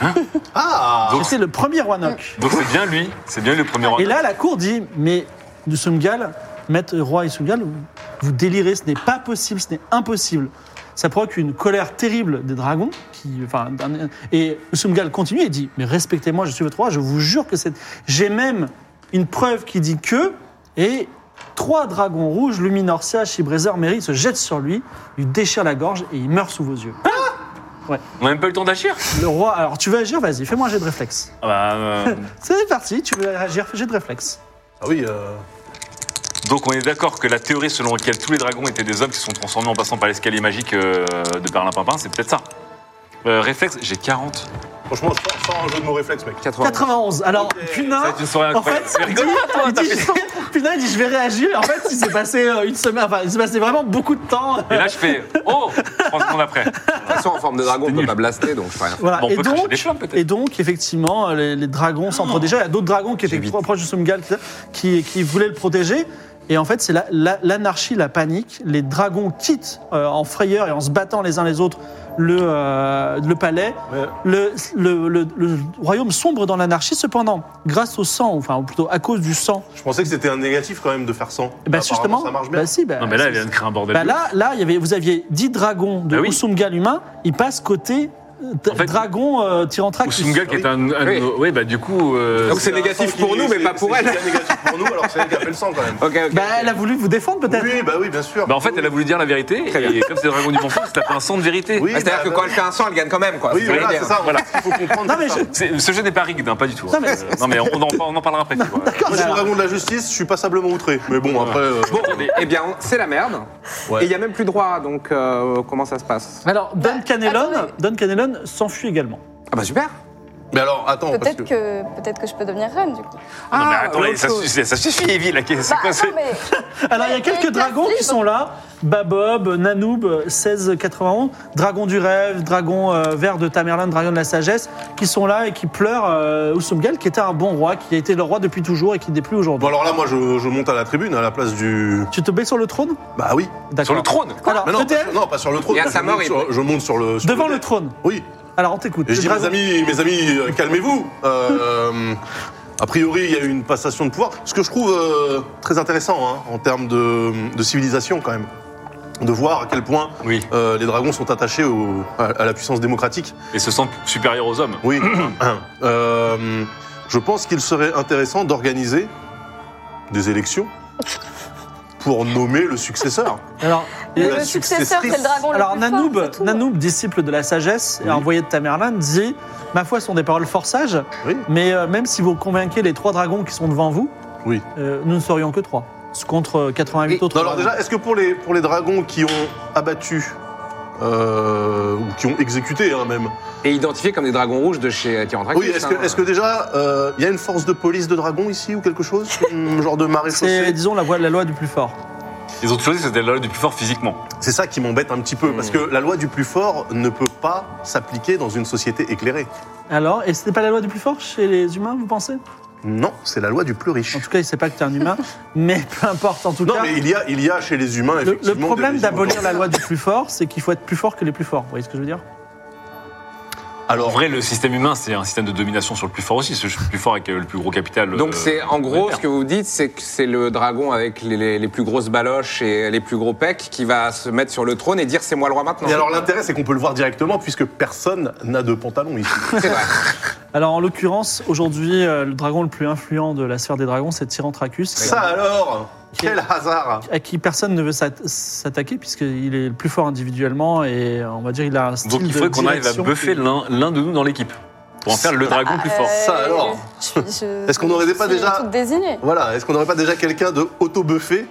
Ah J'étais le premier roi Nok. Donc c'est bien lui, c'est bien lui le premier roi. Et là, la cour dit Mais Osumgal, maître roi Osumgal, vous, vous délirez, ce n'est pas possible, ce n'est impossible. Ça provoque une colère terrible des dragons. Qui, enfin, d'un- et Usumgal continue et dit Mais respectez-moi, je suis votre roi, je vous jure que c'est. J'ai même une preuve qui dit que. Et trois dragons rouges, Luminorcia, Chibrazer, Mary, se jettent sur lui, lui déchirent la gorge et il meurt sous vos yeux. On n'a même pas eu le temps d'agir Le roi, alors tu veux agir Vas-y, fais-moi un jet de réflexe. Ah bah, euh, C'est parti, tu veux agir, fais un jet de réflexe. Ah oui, euh, Donc on est d'accord que la théorie selon laquelle tous les dragons étaient des hommes qui se sont transformés en passant par l'escalier magique euh, de Berlin Pimpin, c'est peut-être ça. Euh, réflexe, j'ai 40. franchement, sans, sans un jeu de mots réflexe, mec. 80. 91. Alors, Ok. punain. Ça va être une soirée Ah, En fait, incroyable. Mais il dit, rigole pas, toi, il t'as dit- fait- putain, il dit, je vais réagir. En fait, il s'est passé euh, une semaine, enfin, il s'est passé vraiment beaucoup de temps. Et là je fais Oh 30 secondes après. De toute façon, en forme de dragon, on peut pas blaster, donc je fais rien. Voilà. Bon, on Ah, et, peut cracher des Oh, donc, flammes peut-être. et donc, effectivement, euh, les, les dragons s'en protégeaient. Il y a d'autres dragons qui étaient vite. trop proches du Sumgal qui, qui voulaient le protéger. Et en fait, c'est la- la- l'anarchie, la, panique. Les dragons quittent euh, en frayeur et en se battant les uns les autres le, euh, le palais. Mais- Le, le- le- le royaume sombre dans l'anarchie. Cependant, grâce au sang, enfin, ou plutôt à cause du sang, Je pensais que c'était un négatif quand même de faire 100. bah, Eh ben, Apparemment, justement, Ça marche bien. bah, si, bah, Non mais là c'est- elle vient de créer un bordel. Bah de là, là il y avait, vous aviez 10 dragons de Bah oui. Usumgal humain, ils passent côté euh, d- En fait, dragon euh, ouf. Tyrantrax. Sunga qui est un. un- Oui. Oui, bah du coup. euh, Donc, c'est un négatif sang qui- pour nous, mais c'est- pas pour c'est- elle. C'est négatif pour nous, alors que c'est elle qui a fait le sang quand même. Ok, ok. Bah, elle a voulu vous défendre peut-être Oui, bah oui, bien sûr. Bah en fait elle a voulu dire la vérité Très bien. et comme c'est le dragon du bon fond, c'est un sang de vérité. Oui, Ah, C'est-à-dire bah, que bah, quand elle fait un sang, elle gagne quand même, quoi. Oui, C'est voilà, l'idée, c'est hein. ça. Voilà. Ce qu'il faut comprendre. Non, mais c'est je- ça. C'est- Ce jeu n'est pas rigue, pas du tout. Non, mais- Euh, non, mais on, en, on en parlera après. tu vois. D'accord, Moi, je suis alors, le dragon de la justice, je suis passablement outré. Mais bon, après. euh, Bon, eh bien, on- c'est la merde. Ouais. Et il n'y a même plus de droit, donc euh, comment ça se passe alors, Don Canelon, bah, attendez. Don Canelon s'enfuit également. Ah bah super Mais alors, attends, parce Peut-être que. que, peut-être que je peux devenir reine du coup. Non, mais Ah, attendez, l'autre ça, chose. suffit- ça suffit, Evie, là. qu'est- C'est Bah, quoi attends, c'est- mais- Alors, il y a Mais- quelques mais- dragons qui sont là Babob, Nanoub, 1691, Dragon du rêve, Dragon euh, vert de Tamerlan, Dragon de la sagesse, qui sont là et qui pleurent euh, Usumgal, qui était un bon roi, qui a été le roi depuis toujours et qui n'est plus aujourd'hui. Bon, alors là, moi, je, je monte à la tribune à la place du. Tu te bais sur le trône Bah oui. D'accord. Sur le trône Alors, Mais non, ETM, pas, non, pas sur le trône. Et à sa je, mort, monte il- sur, je monte sur le. sur Ah, devant le dé. trône. Oui. Alors, on t'écoute. Et je dis, Dragon- mes amis, mes amis, euh, calmez-vous. Euh, A priori, il y a eu une passation de pouvoir. Ce que je trouve euh, très intéressant hein, en termes de, de civilisation, quand même. De voir à quel point Oui. euh, les dragons sont attachés au- à, à la puissance démocratique. Et se sentent supérieurs aux hommes. Oui. Euh, je pense qu'il serait intéressant d'organiser des élections pour nommer le successeur. Alors, Ou Le, la successeur, c'est le successrice. dragon Alors le plus fort, Nanoub, c'est tout. Nanoub, disciple de la sagesse et envoyé de Tamerlan, dit Ma foi sont des paroles fort sages, Oui. mais euh, même si vous convainquez les trois dragons qui sont devant vous, Oui. euh, nous ne serions que trois. Ce Contre 88 Oui. autres. Non, alors dragons. déjà, est-ce que pour les, pour les dragons qui ont abattu euh, ou qui ont exécuté hein, même, Et identifié comme des dragons rouges de chez euh, Ah, Tyrandracus. oui, est-ce que, est-ce que déjà euh, il y a une force de police de dragons ici ou quelque chose, un genre de marée c'est, chaussée disons, la, voie, la loi du plus fort. Ils ont choisi c'était la loi du plus fort physiquement. C'est ça qui m'embête un petit peu parce que la loi du plus fort ne peut pas s'appliquer dans une société éclairée. Alors, et ce n'est pas la loi du plus fort chez les humains, vous pensez Non, c'est la loi du plus riche. En tout cas, il ne sait pas que tu es un humain, mais peu importe en tout Non, cas. mais il y a, il y a chez les humains le- le, effectivement. des problème régimes d'abolir autoritaires. la loi du plus fort, c'est qu'il faut être plus fort que les plus forts. Vous voyez ce que je veux dire En Alors, vrai, le système humain, c'est un système de domination sur le plus fort aussi. C'est le plus fort avec euh, le plus gros capital. Donc euh, c'est en gros monétaire. ce que vous dites, c'est que c'est le dragon avec les, les- les plus grosses baloches et les plus gros pecs qui va se mettre sur le trône et dire c'est moi le roi maintenant. et alors l'intérêt c'est qu'on peut le voir directement puisque personne n'a de pantalon ici. c'est vrai. Alors, en l'occurrence, aujourd'hui, euh, le dragon le plus influent de la sphère des dragons, c'est Tyrantracus. ça alors, quel hasard à qui personne ne veut s'atta- s'attaquer puisqu'il est le plus fort individuellement et euh, on va dire il a un style Donc il de faudrait qu'on arrive à direction buffer qui- l'un l'un de nous dans l'équipe. Pour en faire le Bah, dragon euh, plus fort. Ça, alors. je- je- Est-ce qu'on n'aurait je pas suis déjà- toute désignée. Voilà, est-ce qu'on n'aurait pas déjà quelqu'un de auto-buffé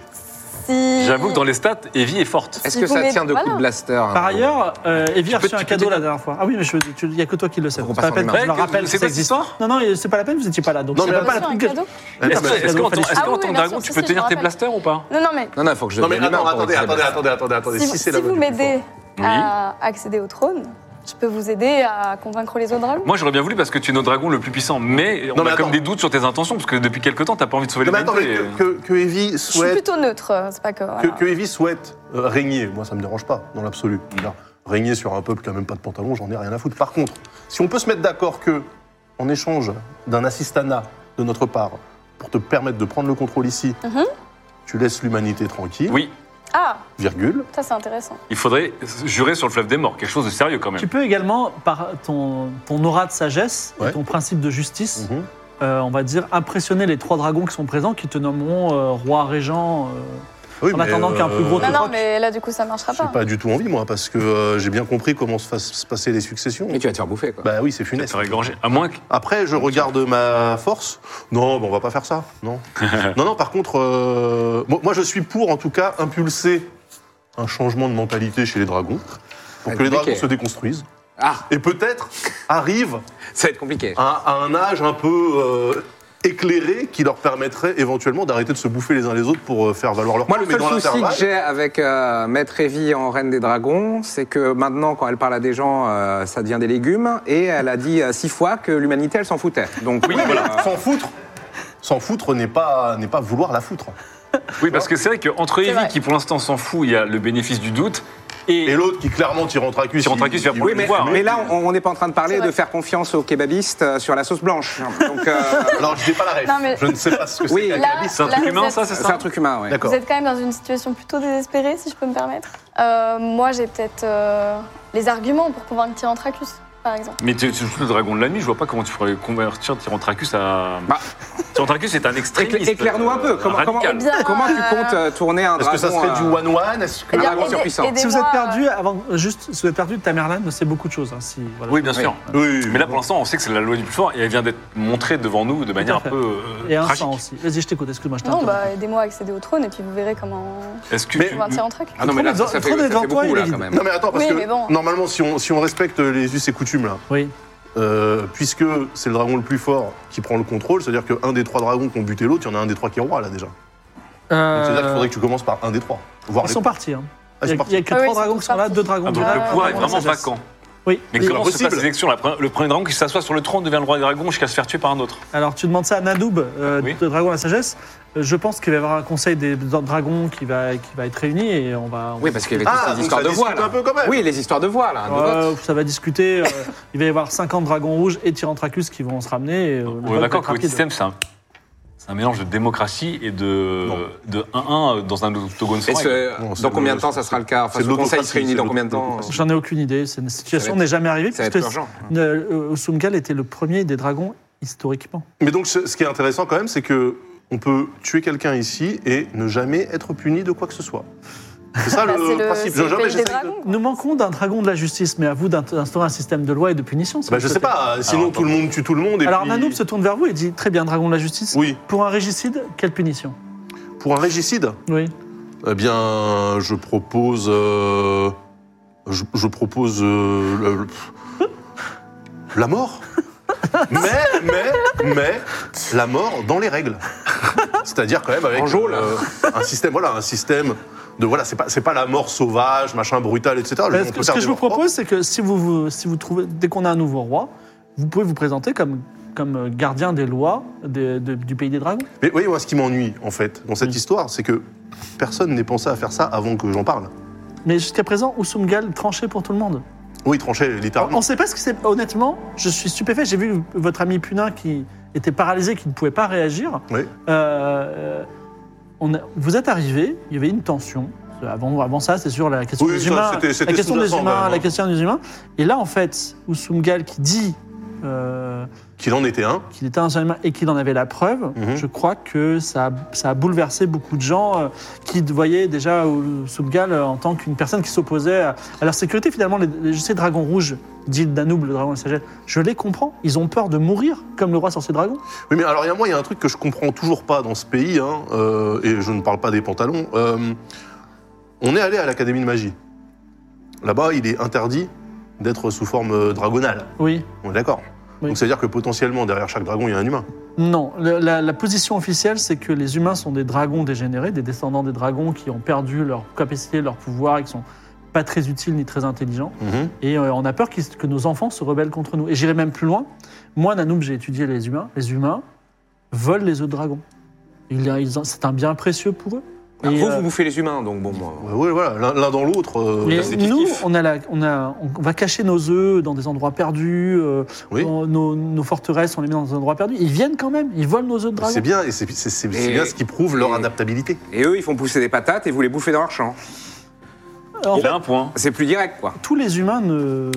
Si- J'avoue que dans les stats, Evie est forte. Est-ce Si que vous ça voulez- tient de coups de voilà. blaster hein Par ailleurs, euh, Evie a Tu peux- reçu un tu peux cadeau dire- la dernière fois. Ah oui, mais je- tu- il n'y a que toi qui le sais. Faut qu'on C'est pas passe la en peine, humain. je le Ouais, rappelle, Bah, c'est ça quoi existe. cette histoire Non, non, c'est pas la peine, vous n'étiez pas là. Donc Non, c'est mais pas la Sur un peine. cadeau Ah, Est-ce que- est-ce Eh qu'en tant ben, fallait- est-ce Ah qu'en oui, tant bien que dragon, sûr, tu si, peux si, tenir je me tes rappelle. blasters ou pas Non, non, mais Non, non, il faut que je Non mais devienne humain attends, pour attendez, utiliser attendez, blaster. attendez, attendez, attendez. si, Si c'est si la loi vous du plus fort. m'aidez Oui. à accéder au trône, je peux vous aider à convaincre les autres dragons. Moi, j'aurais bien voulu parce que tu es notre dragon le plus puissant, mais on mais a attends. comme des doutes sur tes intentions parce que depuis quelque temps, t'as pas envie de sauver Non, mais attends, mais l'humanité. euh. que, que, que Evie Je suis souhaite, plutôt neutre, c'est pas que. que, voilà. que Evie souhaite euh, régner, moi ça me dérange pas, dans l'absolu. Alors, Régner sur un peuple qui a même pas de pantalon, j'en ai rien à foutre. Par contre, si on peut se mettre d'accord que, en échange d'un assistana de notre part, pour te permettre de prendre le contrôle ici, Mhm. tu laisses l'humanité tranquille, Oui, Ah, virgule. ça c'est intéressant. il faudrait jurer sur le fleuve des morts, quelque chose de sérieux quand même. Tu peux également, par ton, ton aura de sagesse et Ouais. ton principe de justice, Mhm. euh, on va dire, impressionner les trois dragons qui sont présents, qui te nommeront euh, roi régent. euh, Oui, En mais, euh, attendant qu'un plus gros Non, Je non, crois que- mais là du coup ça marchera J'ai pas. pas du tout envie, moi, parce que euh, j'ai bien compris comment se, fassent se passer les successions. Mais tu vas te faire bouffer quoi. Bah oui, c'est Ça funeste. serait gorgé. À moins que. Après, je regarde ma force. Non, bah, on va pas faire ça. Non. non, non, par contre, euh, moi, moi, je suis pour, en tout cas, impulser un changement de mentalité chez les dragons pour Ah, que les compliqué. dragons se déconstruisent Ah, et peut-être arrivent ça va être compliqué. à, à un âge un peu euh, éclairé qui leur permettrait éventuellement d'arrêter de se bouffer les uns les autres pour euh, faire valoir leur Moi, le point. Mais seul dans souci que l'intervalle- j'ai avec euh, Maître Evie en Reine des Dragons, c'est que maintenant, quand elle parle à des gens, euh, ça devient des légumes. Et elle a dit euh, six fois que l'humanité, elle s'en foutait. Donc oui, voilà. S'en foutre, s'en foutre n'est pas n'est pas vouloir la foutre. Oui, parce que c'est vrai qu'entre Evie, vrai. qui pour l'instant s'en fout, il y a le bénéfice du doute, et. Et l'autre qui clairement tire en tracus. Tyrantracus, il va Oui, mais, Voir, hein. mais là, on on n'est pas en train de C'est parler vrai. de faire confiance aux kebabistes euh, sur la sauce blanche. Donc, euh, Alors je n'ai pas la ref. Non, mais- Je ne sais pas ce que c'est. oui, Là, C'est un là, truc vous humain, êtes- ça, c'est c'est ça un truc humain, oui. D'accord. Vous êtes quand même dans une situation plutôt désespérée, si je peux me permettre. Euh, moi, j'ai peut-être euh, les arguments pour convaincre Tyrantracus, par exemple. Mais tu es surtout le dragon de la nuit, je vois pas comment tu pourrais convertir Tyrantracus à. Bah. Tyrantracus est un Écla- extrémiste. Éclaire-nous un peu. Comment, comment- radical. Eh bien, euh, comment tu comptes euh, tourner un Est-ce dragon que ça serait euh, du one-one Est-ce que... Eh bien, Ah, vraiment surpuissant. Si vous aidez-moi, euh, êtes perdu, avant, juste, si vous êtes perdu, Tamerlan, c'est beaucoup de choses. hein, si, voilà. Oui, bien sûr. Oui, oui, oui. Mais là, pour l'instant, on sait que c'est la loi du plus fort et elle vient d'être montrée devant nous de manière un fait. peu euh, Et un tragique. sang aussi. Vas-y, je t'écoute, excuse-moi, je euh, Non, t'interromps. bah aidez-moi à accéder au trône et puis vous verrez comment Est-ce que Mais- tu- convaincre Tyrantracus. Ah non, mais là, Trop ça, ça devant- fait, trop ça fait devant toi, beaucoup, il là, est quand même. Non mais attends, parce Oui, que mais bon. normalement, si on, si on respecte les us et coutumes, là, Oui. euh, puisque c'est le dragon le plus fort qui prend le contrôle, c'est-à-dire qu'un des trois dragons qui ont buté l'autre, il y en a un des trois qui est roi, là, déjà. Donc, C'est-à-dire Euh, qu'il faudrait que tu commences par un des trois. Voir euh, Ils sont partis. hein. Ah, ils il n'y sont a, il y a partis. que Ah trois oui, ils sont dragons tous qui sont là, partis. deux dragons. Ah, de donc Ah, la- le pouvoir est de la vraiment sagesse. vacant. Oui. Mais Et- comment se possible. passe les élections La pre- Le premier dragon qui s'assoit sur le trône devient le roi des dragons jusqu'à se faire tuer par un autre. Alors, tu demandes ça à Nadoub, euh, Oui. de Dragon à la Sagesse. Euh, Je pense qu'il va y avoir un conseil des dragons qui va, qui va être réuni et on va. on- Oui, parce qu'il y avait Ah, toutes les donc histoires ça de voix. discute là. un peu quand même. Oui, les histoires de voix, là. de vote. Euh, ça va discuter. euh, il va y avoir 50 dragons rouges et Tyrantracus qui vont se ramener. et, euh, le vote On va est d'accord être que votre rapide. système, c'est un, c'est un mélange de démocratie et de Non. de 1-1 dans un octogone sans Et ce- règles. Non, c'est dans combien le- de temps ça sera le cas Enfin, c'est ce de conseil se l'autocratie, réunit dans c'est combien de de temps J'en ai aucune idée. C'est une situation être- n'est jamais arrivée Ça va puisque être urgent. euh, Osumgal était le premier des dragons historiquement. Mais donc, ce, ce qui est intéressant quand même, c'est que on peut tuer quelqu'un ici et ne jamais être puni de quoi que ce soit. C'est ça Bah, le c'est le, principe. c'est le Jamais pays j'essaie des de- dragons. quoi. Nous manquons d'un dragon de la justice, mais à vous d'int- d'instaurer un système de loi et de punition. si Bah, vous je sais souhaitez. pas. Sinon, Alors, tout le monde tue tout le monde. Et Alors puis- Nanoub se tourne vers vous et dit Très bien, dragon de la justice. Oui. Pour un régicide, quelle punition Pour un régicide, Oui. eh bien, je propose. euh, je, je propose. euh, le- le- la mort. mais, mais, mais, la mort dans les règles. C'est-à-dire quand même avec euh, En geôle. un système, voilà, un système de voilà, c'est pas c'est pas la mort sauvage, machin brutal, etc. Parce Bah, On que- peut ce faire que des je vous morts propres. propose, c'est que si vous, vous- si vous trouvez, dès qu'on a un nouveau roi, vous pouvez vous présenter comme, comme gardien des lois des- de- du pays des dragons. Mais voyez moi ce qui m'ennuie en fait dans cette Mm. histoire, c'est que personne n'est pensé à faire ça avant que j'en parle. Mais jusqu'à présent, Ousumgal tranchait pour tout le monde. Oui, tranchait On littéralement. ne sait pas ce que c'est. Honnêtement, je suis stupéfait. J'ai vu votre ami Punin qui était paralysé, qui ne pouvait pas réagir. Oui. Euh, on a- vous êtes arrivé, il y avait une tension. Avant, avant ça, c'est sûr, la question Oui, des ça, humains. c'était- c'était la question des sous-jacent, quand humains, même, la hein. question des humains. Et là, en fait, Ousumgal qui dit euh, Qu'il en était un. qu'il était un seul humain et qu'il en avait la preuve, Mhm. je crois que ça a, ça a bouleversé beaucoup de gens euh, qui voyaient déjà Ousumgal euh, en tant qu'une personne qui s'opposait à, à leur sécurité. Finalement, les, les- ces dragons rouges, dit Danube, le dragon de la sagesse, je les comprends. Ils ont peur de mourir comme le roi sur ces dragons. Oui, mais alors, il y a moi, il y a un truc que je comprends toujours pas dans ce pays, hein, euh, et je ne parle pas des pantalons. euh, on est allé à l'académie de magie. Là-bas, il est interdit d'être sous forme euh, dragonale. Oui. On est d'accord. Oui. Donc, ça veut dire que potentiellement, derrière chaque dragon, il y a un humain. Non, le- la, la position officielle, c'est que les humains sont des dragons dégénérés, des descendants des dragons qui ont perdu leur capacité, leur pouvoir, et qui sont pas très utiles ni très intelligents. Et euh, on a peur qu'ils- que nos enfants se rebellent contre nous. Et j'irai même plus loin. Moi, Nanoub, j'ai étudié les humains. Les humains volent les œufs de dragon. Ils- ils en- C'est un bien précieux pour eux. Ah, Et, Vous, euh, vous bouffez les humains, donc bon. moi. Ouais, ouais, voilà, l'un- l'un dans l'autre. euh, Mais c'est nous, kiff-kiff. on, a la- on, a, on va cacher nos œufs dans des endroits perdus. euh, Oui. on- nos, nos forteresses, on les met dans des endroits perdus. Ils viennent quand même. Ils volent nos œufs de dragon. C'est bien, et c'est c'est- c'est- c'est Et- bien ce qui prouve leur et- adaptabilité. Et eux, ils font pousser des patates et vous les bouffez dans leur champ. En Il a un point. C'est plus direct, quoi. tous les humains ne.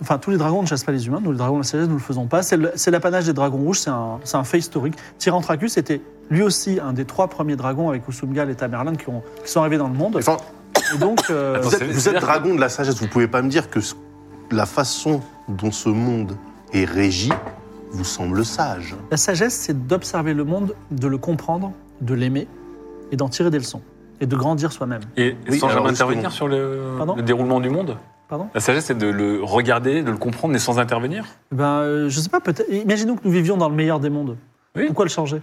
Enfin, tous les dragons ne chassent pas les humains. Nous, les dragons de la sagesse, nous le faisons pas. C'est le- c'est l'apanage des dragons rouges. C'est un, c'est un fait historique. Tyrantracus était lui aussi un des trois premiers dragons avec Usumgal et Tamerlan qui, ont- qui sont arrivés dans le monde. Enfin, Et donc. euh, vous êtes, c'est- vous êtes c'est-à-dire que- dragon de la sagesse, vous pouvez pas me dire que ce- la façon dont ce monde est régi vous semble sage. la sagesse, c'est d'observer le monde, de le comprendre, de l'aimer et d'en tirer des leçons. Et de grandir soi-même. Et Oui, sans alors, jamais justement. intervenir sur le, Pardon le déroulement du monde Pardon La sagesse, c'est de le regarder, de le comprendre, mais sans intervenir. Eh Ben, euh, je sais pas, peut-être. Imaginons que nous vivions dans le meilleur des mondes. Oui. Pourquoi le changer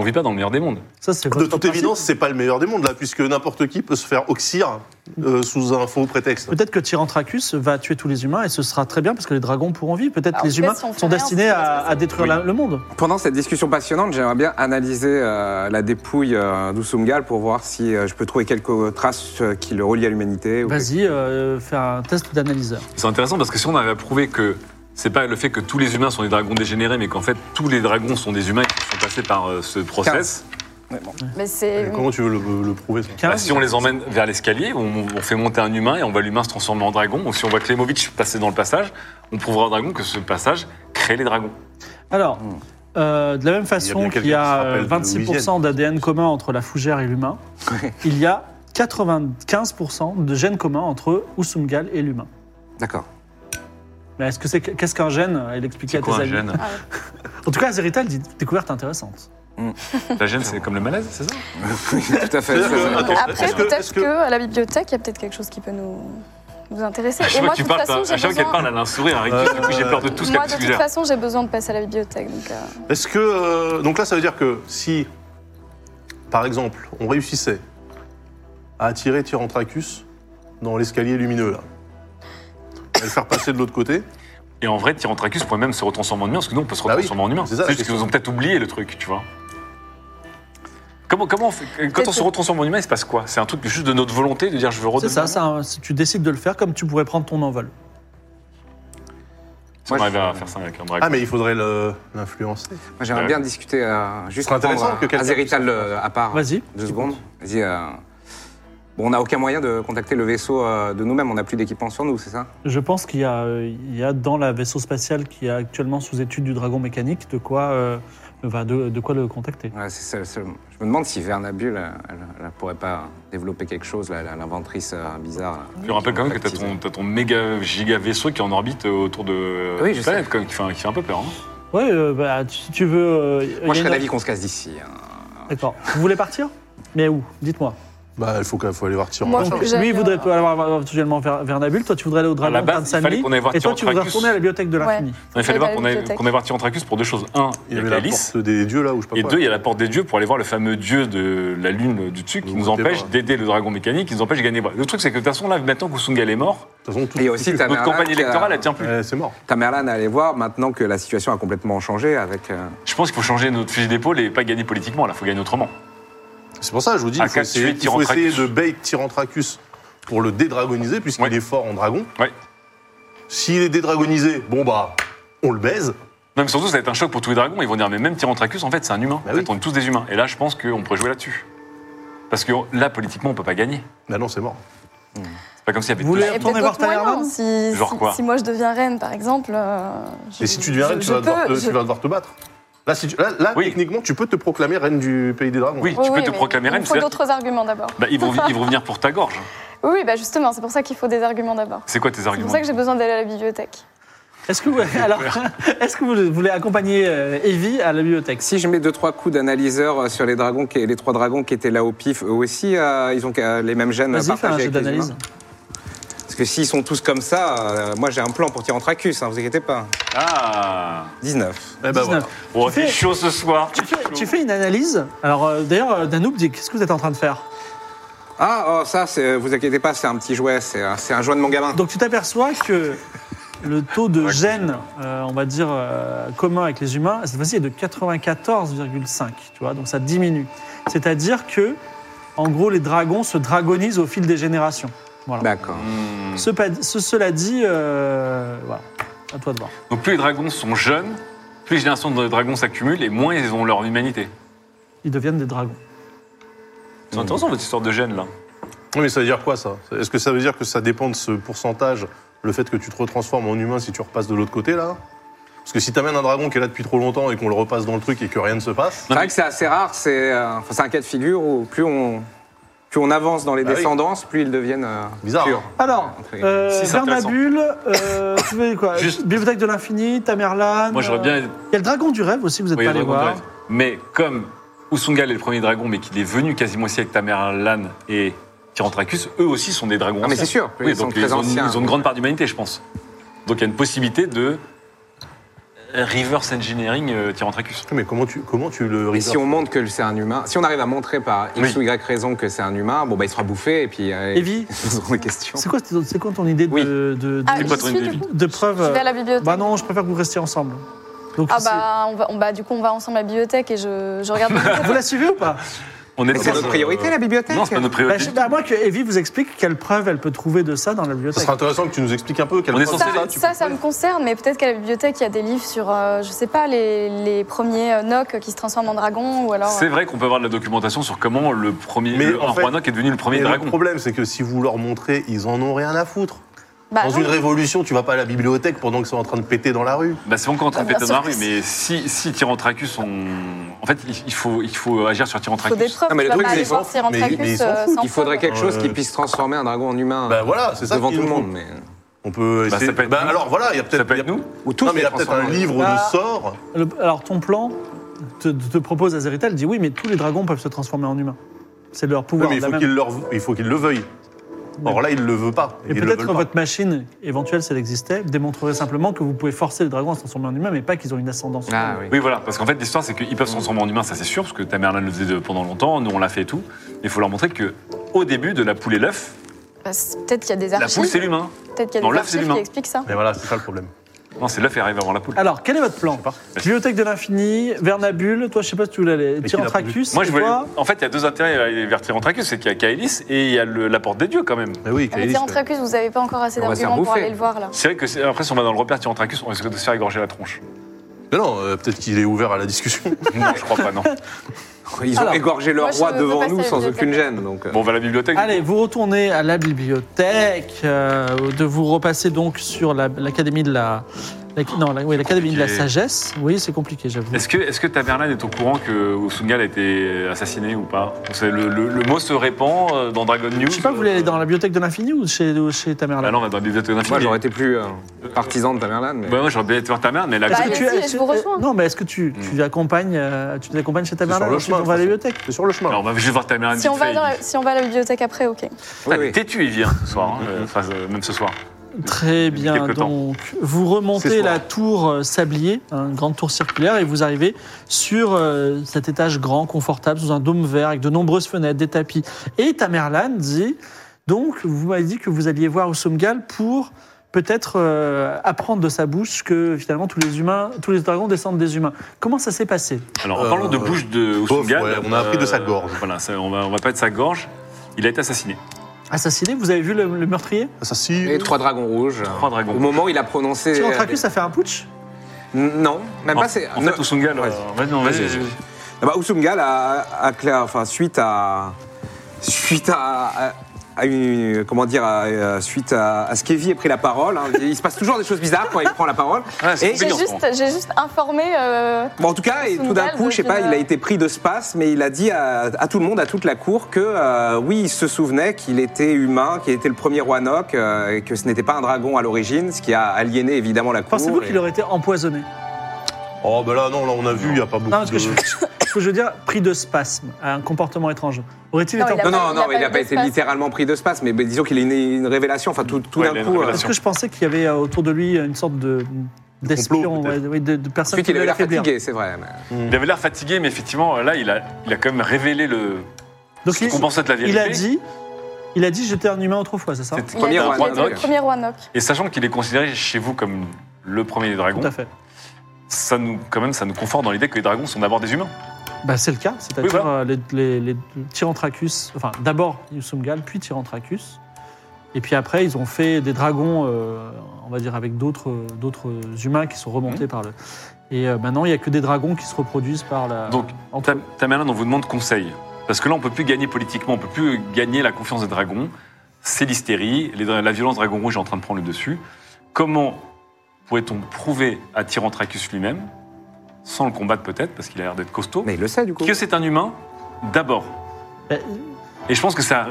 On vit pas dans le meilleur des mondes. Ça, c'est De votre toute principe. évidence, c'est pas le meilleur des mondes là, puisque n'importe qui peut se faire oxyre euh, sous un faux prétexte. Peut-être que Tyrantracus va tuer tous les humains et ce sera très bien parce que les dragons pourront vivre. Peut-être Alors, les humains peut-être si on fait sont rien, destinés c'est pas à, ça. à détruire la- le monde. Pendant cette discussion passionnante, j'aimerais bien analyser euh, la dépouille euh, d'Usumgal pour voir si euh, je peux trouver quelques traces euh, qui le relient à l'humanité. ou- Vas-y, euh, fais un test d'analyseur. C'est intéressant parce que si on avait à prouver que c'est pas le fait que tous les humains sont des dragons dégénérés, mais qu'en fait tous les dragons sont des humains qui sont passés par euh, ce process, Mais Mais c'est. Comment tu veux le, le prouver ça bah, si on les emmène vers l'escalier, on, on fait monter un humain et on voit l'humain se transformer en dragon, ou si on voit Klemovic passer dans le passage, on prouvera au dragon que ce passage crée les dragons. Alors, Hmm. euh, de la même façon bien qu'il y quelqu'un qui se a rappelle euh, de 26% d'ADN commun entre la fougère et l'humain, il y a 95% de gènes communs entre Usumgal et l'humain. D'accord. Mais est-ce que c'est qu'est-ce qu'un gène Elle expliquait C'est à tes quoi un amis. gène En tout cas, Azerita, elle dit découverte intéressante. La gêne, c'est comme le malaise, c'est ça Oui, tout à fait. C'est-à-dire que- attends, Après, est-ce que- peut-être est-ce que- que... à la bibliothèque, il y a peut-être quelque chose qui peut nous, nous intéresser. À chaque Et fois moi, Ah, de que tu toute parles, façon, t'as- à j'ai chaque fois qu'elle besoin. parle, elle a un sourire. Ricky, du coup, j'ai peur de tout ce Moi, qu'elle de dit. toute façon, j'ai besoin de passer à la bibliothèque. Donc, euh, Est-ce que euh, donc là, ça veut dire que si, par exemple, on réussissait à attirer Tyrantracus dans l'escalier lumineux là, va le faire passer de l'autre côté. Et en vrai, Tyrantracus pourrait même se retransformer en humain, parce que nous, on peut se Bah oui, retransformer en humain. c'est ça la C'est juste question. qu'ils ont peut-être oublié le truc, tu vois. Comment, comment on fait- Quand on Peut-être se retransforme en humain, il se passe quoi C'est un truc juste de notre volonté de dire je veux C'est redevenir. ça, humain ça, hein, si tu décides de le faire comme tu pourrais prendre ton envol. Si on Moi, arrivait je- à faire ça avec un dragon. Ah, mais il faudrait le- l'influencer. Moi, j'aimerais Ouais. bien discuter, euh, Ce juste serait prendre intéressant que euh, quelqu'un Azerital euh, à Ah. part. Vas-y. Deux secondes. Vas-y. euh, Bon, on n'a aucun moyen de contacter le vaisseau euh, de nous-mêmes. On n'a plus d'équipement sur nous, c'est ça Je pense qu'il y, a, euh, il y a dans la vaisseau spatiale qui est actuellement sous étude du dragon mécanique de quoi, euh, va- de, de quoi le contacter. Ouais, c'est ça, c'est- Je me demande si Vernabule, euh, elle, elle pourrait pas développer quelque chose, là, la- l'inventrice euh, bizarre. là. Je rappelle quand même que t'as ton, t'as ton méga giga vaisseau qui est en orbite euh, autour de Oui, la je planète, sais. quand même, qui, fait, un- qui fait un peu peur. hein. Ouais, euh, bah, si tu veux. euh, il y a Moi, je serais une- d'avis qu'on se casse d'ici. hein. D'accord. Vous voulez partir Mais où Dites-moi. Bah, il faut, qu'il faut aller voir Tyran. Moi, machin. je- J'allais Ah, Lui, il voudrait voir. avoir avoir éventuellement vers Vernabule. Toi, tu voudrais aller au dragon la en base, train de il fallait s'amuser. qu'on aille voir Et toi, tu voudrais Tyrantracus. retourner à la bibliothèque de l'infini. Il fallait Ouais, voir bah, qu'on la aille- bibliothèque. qu'on aille voir Tyrantracus pour deux choses. Un, Il il y y a avait la Calice. porte des dieux là, ou je sais pas Et quoi. deux, il y a la porte des dieux pour aller voir le fameux dieu de la lune du dessus qui Vous nous montez empêche pas. d'aider le dragon mécanique, qui nous empêche de gagner. Le truc, c'est que de toute façon, là, maintenant qu'Usungal est mort, De toute façon, tout. Et il y a aussi ta notre Merlin campagne qui a- électorale, elle tient plus. Ouais, c'est mort. Ta Merlin à aller voir maintenant que la situation a complètement changé avec. euh, Je pense qu'il faut changer notre fusil d'épaule et pas gagner politiquement, là, il faut gagner autrement. C'est pour ça, je vous dis, Ah, il faut qu'à essayer, tuer il faut essayer Tyrantracus. de bait Tyrantracus pour le dédragoniser, puisqu'il Ouais. est fort en dragon. Ouais. S'il est dédragonisé, bon bah, on le baise. Non, mais surtout, ça va être un choc pour tous les dragons. Ils vont dire, mais même Tyrantracus, en fait, c'est un humain. Bah en fait, oui. on est tous des humains. Et là, je pense qu'on pourrait jouer là-dessus. Parce que là, politiquement, on peut pas gagner. Bah non, c'est mort. C'est pas comme s'il y avait Vous deux- voulez- Et Retournez voir peut-être d'autres moyens. Tamerlan. Si, Genre si- quoi si moi je deviens reine, par exemple. euh, je- Et si tu deviens reine, je- tu, vas je devoir, peux, te, tu je- vas devoir te battre. Là, si tu- là- là, Oui. techniquement, tu peux te proclamer reine du pays des dragons. Oui, Oui, tu oui, peux te mais proclamer reine. Il faut c'est-à-dire- d'autres arguments d'abord. Bah, ils, vont, ils vont venir pour ta gorge. Oui, oui, bah justement, c'est pour ça qu'il faut des arguments d'abord. C'est quoi tes C'est pour arguments ça que j'ai besoin d'aller à la bibliothèque. Est-ce que, vous, alors, est-ce que vous voulez accompagner euh, Evie à la bibliothèque Si je mets deux trois coups d'analyseur euh, sur les dragons, qui- les trois dragons qui étaient là au pif, eux aussi, euh, ils ont euh, les mêmes gènes. Vas-y, fais partagés un jeu avec les d'analyse. humains. Parce que s'ils sont tous comme ça, euh, moi j'ai un plan pour Tyrantracus, hein, vous inquiétez pas. Ah 19. Eh ben voilà. 19. Bon, Tu c'est fais- chaud ce soir. Tu fais, tu fais une analyse. Alors, euh, d'ailleurs, euh, Danoub dit qu'est-ce que vous êtes en train de faire Ah, oh, ça, c'est- vous inquiétez pas, c'est un petit jouet, c'est un- c'est un jouet de mon gamin. Donc, tu t'aperçois que le taux de gène, euh, on va dire, euh, commun avec les humains, cette fois-ci, est de 94,5. Tu vois, donc ça diminue. C'est-à-dire que, en gros, les dragons se dragonisent au fil des générations. Voilà. D'accord. Hmm. Ce pa- ce- cela dit, euh, voilà. À toi de voir. Donc plus les dragons sont jeunes, plus les générations de dragons s'accumulent et moins ils ont leur humanité. Ils deviennent des dragons. C'est intéressant votre histoire de gènes là. Oui, mais ça veut dire quoi ça Est-ce que ça veut dire que ça dépend de ce pourcentage, le fait que tu te retransformes en humain si tu repasses de l'autre côté là Parce que si t'amènes un dragon qui est là depuis trop longtemps et qu'on le repasse dans le truc et que rien ne se passe, C'est vrai que c'est assez rare, c'est euh, enfin, c'est un cas de figure où plus on, plus on avance dans les Bah oui. descendances, plus ils deviennent euh, Bizarre, purs. Alors, hein. Très- euh, Si, c'est Vernabule, euh, tu veux quoi Juste- Bibliothèque de l'infini, Tamerlan. euh, Moi j'aurais bien Il y a le dragon du rêve aussi, vous n'êtes Oui, pas le allé dragon voir. de rêve. Mais comme Usungal est le premier dragon, mais qu'il est venu quasiment aussi avec Tamerlan et Tyrantracus, eux aussi sont des dragons Ah, mais anciens. c'est sûr, Oui, ils sont donc très ils ont, anciens. ils ont une grande part d'humanité, je pense. Donc il y a une possibilité de reverse engineering euh, Tyrantracus. mais comment tu, comment tu le Et si on montre que c'est un humain, si on arrive à montrer par X Oui. ou Y raison que c'est un humain, bon bah il sera bouffé et puis euh, Evie, ils auront des questions. c'est quoi, ton- c'est quoi ton idée Oui. de, de, de, Ah, C'est quoi j'y ton suis, idée du coup de preuve Je vais à la euh, bibliothèque. Bah non, je préfère que vous restiez ensemble. Donc, Ah c'est- bah, on va, on- bah, du coup, on va ensemble à la bibliothèque et je, je regarde. Vous la suivez ou pas On est Mais c'est dans notre un- priorité la bibliothèque Non, c'est pas notre bah, priorité. je- bah, À moins que Evie vous explique quelle preuve elle peut trouver de ça dans la Ça bibliothèque. serait intéressant que tu nous expliques un peu quel On est point censé- ça, ça, ça, tu ça, me concerne, mais peut-être qu'à la bibliothèque, il y a des livres sur, euh, je sais pas, les, les premiers euh, Noc qui se transforment en dragon ou alors. C'est vrai qu'on peut avoir de la documentation sur comment le premier, Mais le, en un fait- roi Noc est devenu le premier Mais dragon. Le problème, c'est que si vous leur montrez, ils en ont rien à foutre. Bah, Ah dans non. une révolution, tu vas pas à la bibliothèque pendant qu'ils sont en train de péter dans la rue. Bah, c'est encore en train de Bah, bien péter dans la sûr rue, que mais si, si Tyrantracus, on... en fait, il- il faut, il faut agir Il sur faut des Tyrantracus. preuves. Non, mais tu le vas truc, pas c'est aller qu'ils voir s'en- Tyrantracus, mais ils s'en euh, foutent. sans Il faudrait preuve. quelque chose Euh, qui puisse transformer un dragon en Ah. humain. Bah voilà, c'est ça Devant qu'il tout le nous monde, faut. mais On peut Bah, essayer. ça peut être Bah, nous. alors voilà, il y a Ça peut-être. peut il y a- être nous ou tous Non, mais il les y a peut-être un transformer en- livre Ah. de sorts. Le- alors ton plan te, te propose Azerital, dit oui, mais tous les dragons peuvent se transformer en humains. C'est leur Oui, pouvoir. mais il la faut même- qu'il leur- il faut qu'il le veuille. Or là, il le veut pas. Et Ils le peut-être veulent que pas. votre machine éventuelle, si elle existait, démontrerait simplement que vous pouvez forcer les dragons à se transformer en humains, mais pas qu'ils ont une ascendance. Ah oui. Oui, voilà, parce qu'en fait, l'histoire, c'est qu'ils peuvent se transformer en humains, ça c'est sûr, parce que Tamerlan le faisait de- pendant longtemps, nous on l'a fait et tout. Mais Il faut leur montrer que au début de la poule et l'œuf, Bah, c'est- Peut-être qu'il y a des La archives. poule, c'est l'humain. Peut-être qu'il y Non, a des l'œuf, c'est archives l'humain. qui expliquent ça. Mais voilà, c'est ça le problème. Non, c'est l'œuf est arrivé avant la poule. Alors, quel est votre plan pas. Bibliothèque de l'infini, Vernabule, toi, je sais pas si tu voulais aller. qui l'a Tyrantracus, Moi, je et voulais. toi En fait, il y a deux intérêts euh, à aller vers Tyrantracus c'est qu'il y a Kaelis et il y a le- la porte des dieux quand même. Mais oui, Ah, Mais Kaelis, tiens, entre accuse, vous n'avez pas encore assez On va se faire d'arguments pour bouffer. aller le voir là. C'est vrai que c'est- après, si on va dans le repère Tyrantracus, on risque de se faire égorger la tronche. Mais non, euh, peut-être qu'il est ouvert à la discussion. non, je crois pas, non. Ils ont Alors, égorgé leur moi, je roi veux devant passer nous à la sans bibliothèque. aucune gêne. Donc, euh, Bon, on va à la bibliothèque. Allez, vous retournez à la bibliothèque, euh, de vous repasser donc sur la- l'académie de la, la- non, la- oui, l'académie de la Compliqué. sagesse. Oui, c'est compliqué, j'avoue. Est-ce que, est-ce que Tamerlan est au courant que Osungal a été euh, assassiné ou pas C'est le, le- le mot se répand euh, dans Dragon News. Je sais pas, vous voulez aller dans la bibliothèque de l'infini ou chez, ou chez ta mère Bah là non, on va dans la bibliothèque d'infini. moi, j'aurais été plus euh, partisan de Tamerlan. Mais... Bah, moi, j'aurais bien été voir ta mère, mais la. Bah, Est-ce que allez, si, est-ce- je vous rejoins. euh, Non, mais est-ce que tu, tu accompagnes, euh, tu les accompagnes chez ta mère Ah. Hmm. sur là le Ensuite, chemin, on va à la de toute bibliothèque. C'est sur le chemin. Alors, on va juste voir ta mère. Si on, va dans la- si on va à la bibliothèque après, ok. Oui, oui. Ah, Têtu, il vient ce soir, hein, Mm-hmm. euh, enfin, euh, même ce soir. Très bien. quelques temps. Donc, vous C'est remontez ce soir. la tour euh, sablier, hein, une grande tour circulaire, et vous arrivez sur euh, cet étage grand, confortable, sous un dôme vert, avec de nombreuses fenêtres, des tapis. Et Tamerlan dit donc, vous m'avez dit que vous alliez voir Usumgal pour peut-être euh, apprendre de sa bouche que finalement tous les humains, tous les dragons descendent des humains. Comment ça s'est passé Alors, Euh, en parlant de bouche de Osungal. ouais, on a appris de sa gorge. euh, Voilà, ça- on, va, on va pas de sa gorge. Il a été assassiné. Assassiné Vous avez vu le, le meurtrier Assassiné. Et trois dragons rouges. Trois dragons. Au moment où il a prononcé. euh, Tyrantracus a fait un putsch Non, même en, pas. c'est- en ne- fait, Osungal. Vas-y. euh, vas-y, non, vas-y, Vas-y, vas-y. Ah bah, Usumgal a, a clair, enfin suite à suite à, à- à une- comment dire à- à- suite à, à ce qu'Evie ait pris la parole. hein. Il se passe toujours des choses bizarres quand il prend la parole. Ah, c'est Et- J'ai compliqué. Brillant, juste, j'ai juste informé. euh, Bon, en tout cas, et tout d'un Usumgal coup, je sais pas, devient- il a été pris de space, mais il a dit à, à tout le monde, à toute la cour, que euh, oui, il se souvenait qu'il était humain, qu'il était le premier Roanoke, euh, et que ce n'était pas un dragon à l'origine, ce qui a aliéné évidemment la cour. Pensez-vous et- qu'il aurait été empoisonné Oh, bah là, non, là, on a vu, il n'y a pas beaucoup Non, parce de... que je, ce que je veux dire, pris de spasme, à un comportement étrange. Aurait-il Non, Ah été il a empoisonné Non, non, Il a non, pas il n'a eu pas de été space. littéralement pris de space, mais disons qu'il a eu une, une révélation, enfin tout, tout Ouais, il a d'un une coup. euh, Parce que je pensais qu'il y avait euh, autour de lui une sorte de d'espion, complot, peut-être. ouais, oui, de, de personne Ensuite, il voulait avait l'air l'affaiblir. fatigué, c'est vrai. mais- Il avait l'air fatigué, mais effectivement, euh, là, il a, il a quand même révélé le. Donc ce qu'on il, pensait de la vérité. il a dit, il a dit, j'étais un humain autrefois, c'est ça C'était il a dit- Premier il a dit Roanoke. le premier Roanoke. Et sachant qu'il est considéré chez vous comme le premier des Tout à dragons, fait. ça nous, quand même, ça nous conforte dans l'idée que les dragons sont d'abord des humains. Bah, c'est le cas, c'est-à-dire Oui, voilà. euh, les, les, les Tyrantracus, enfin d'abord Yusumgal, puis Tyrantracus, et puis après ils ont fait des dragons, euh, on va dire avec d'autres d'autres humains qui sont remontés Mmh. par le. Et euh, maintenant il n'y a que des dragons qui se reproduisent par la. Donc, entre Ta- Tamerlan, on vous demande conseil. Parce que là, on peut plus gagner politiquement, on peut plus gagner la confiance des dragons. C'est l'hystérie, les dra- la violence dragon rouge est en train de prendre le dessus. Comment pourrait-on prouver à Tyrantracus lui-même, sans le combattre peut-être, parce qu'il a l'air d'être costaud, Mais il le sait du coup. que c'est un humain d'abord Ben, Et je pense que ça,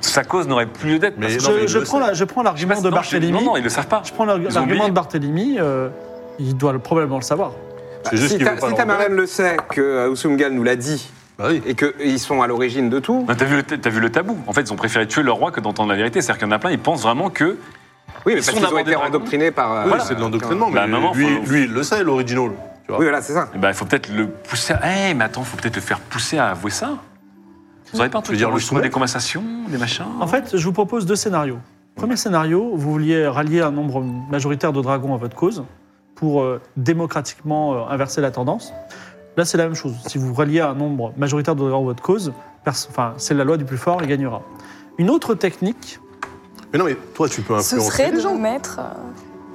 sa cause n'aurait plus lieu d'être. Mais parce que- non, je, il je le prends sait. la- je prends Je sais pas l'argument si- de non, je te dis- Barthélemy. Non, non, ils le savent pas. Je prends l'argu- Ils ont l'argument oublié. de Barthélemy. euh, il doit le- probablement le savoir. C'est juste Bah, si qu'il veut ta, pas si le ta marraine reconnaître. le sait, que euh, Usumgal nous l'a dit, Bah oui. et qu'ils sont à l'origine de tout, Non, T'as vu, le t- t'as vu le tabou. En fait, ils ont préféré tuer leur roi que d'entendre la vérité. C'est-à-dire qu'il y en a plein, ils pensent vraiment que. oui, mais Ils parce sont qu'ils ont d'abord des été dragons. endoctrinés par. euh, Oui, voilà, c'est de l'endoctrinement, mais Bah, maman, faut- lui, lui, il le sait, l'original. Tu vois. Oui, voilà, c'est ça. Eh ben, il faut peut-être le pousser. à- Eh, mais attends, faut peut-être le faire pousser à avouer ça. Vous n'aurez pas un veux truc dire dire le le Oh. des soumettre conversations, des machins En fait, je vous propose deux scénarios. Premier scénario, vous vouliez rallier un nombre majoritaire de dragons à votre cause pour euh, démocratiquement euh, inverser la tendance. Là, c'est la même chose. Si vous ralliez un nombre majoritaire de dragons à votre cause, perso- enfin, c'est la loi du plus fort, il gagnera. Une autre technique, Mais non, mais toi, tu peux Ce influencer serait de les nous gens. mettre euh,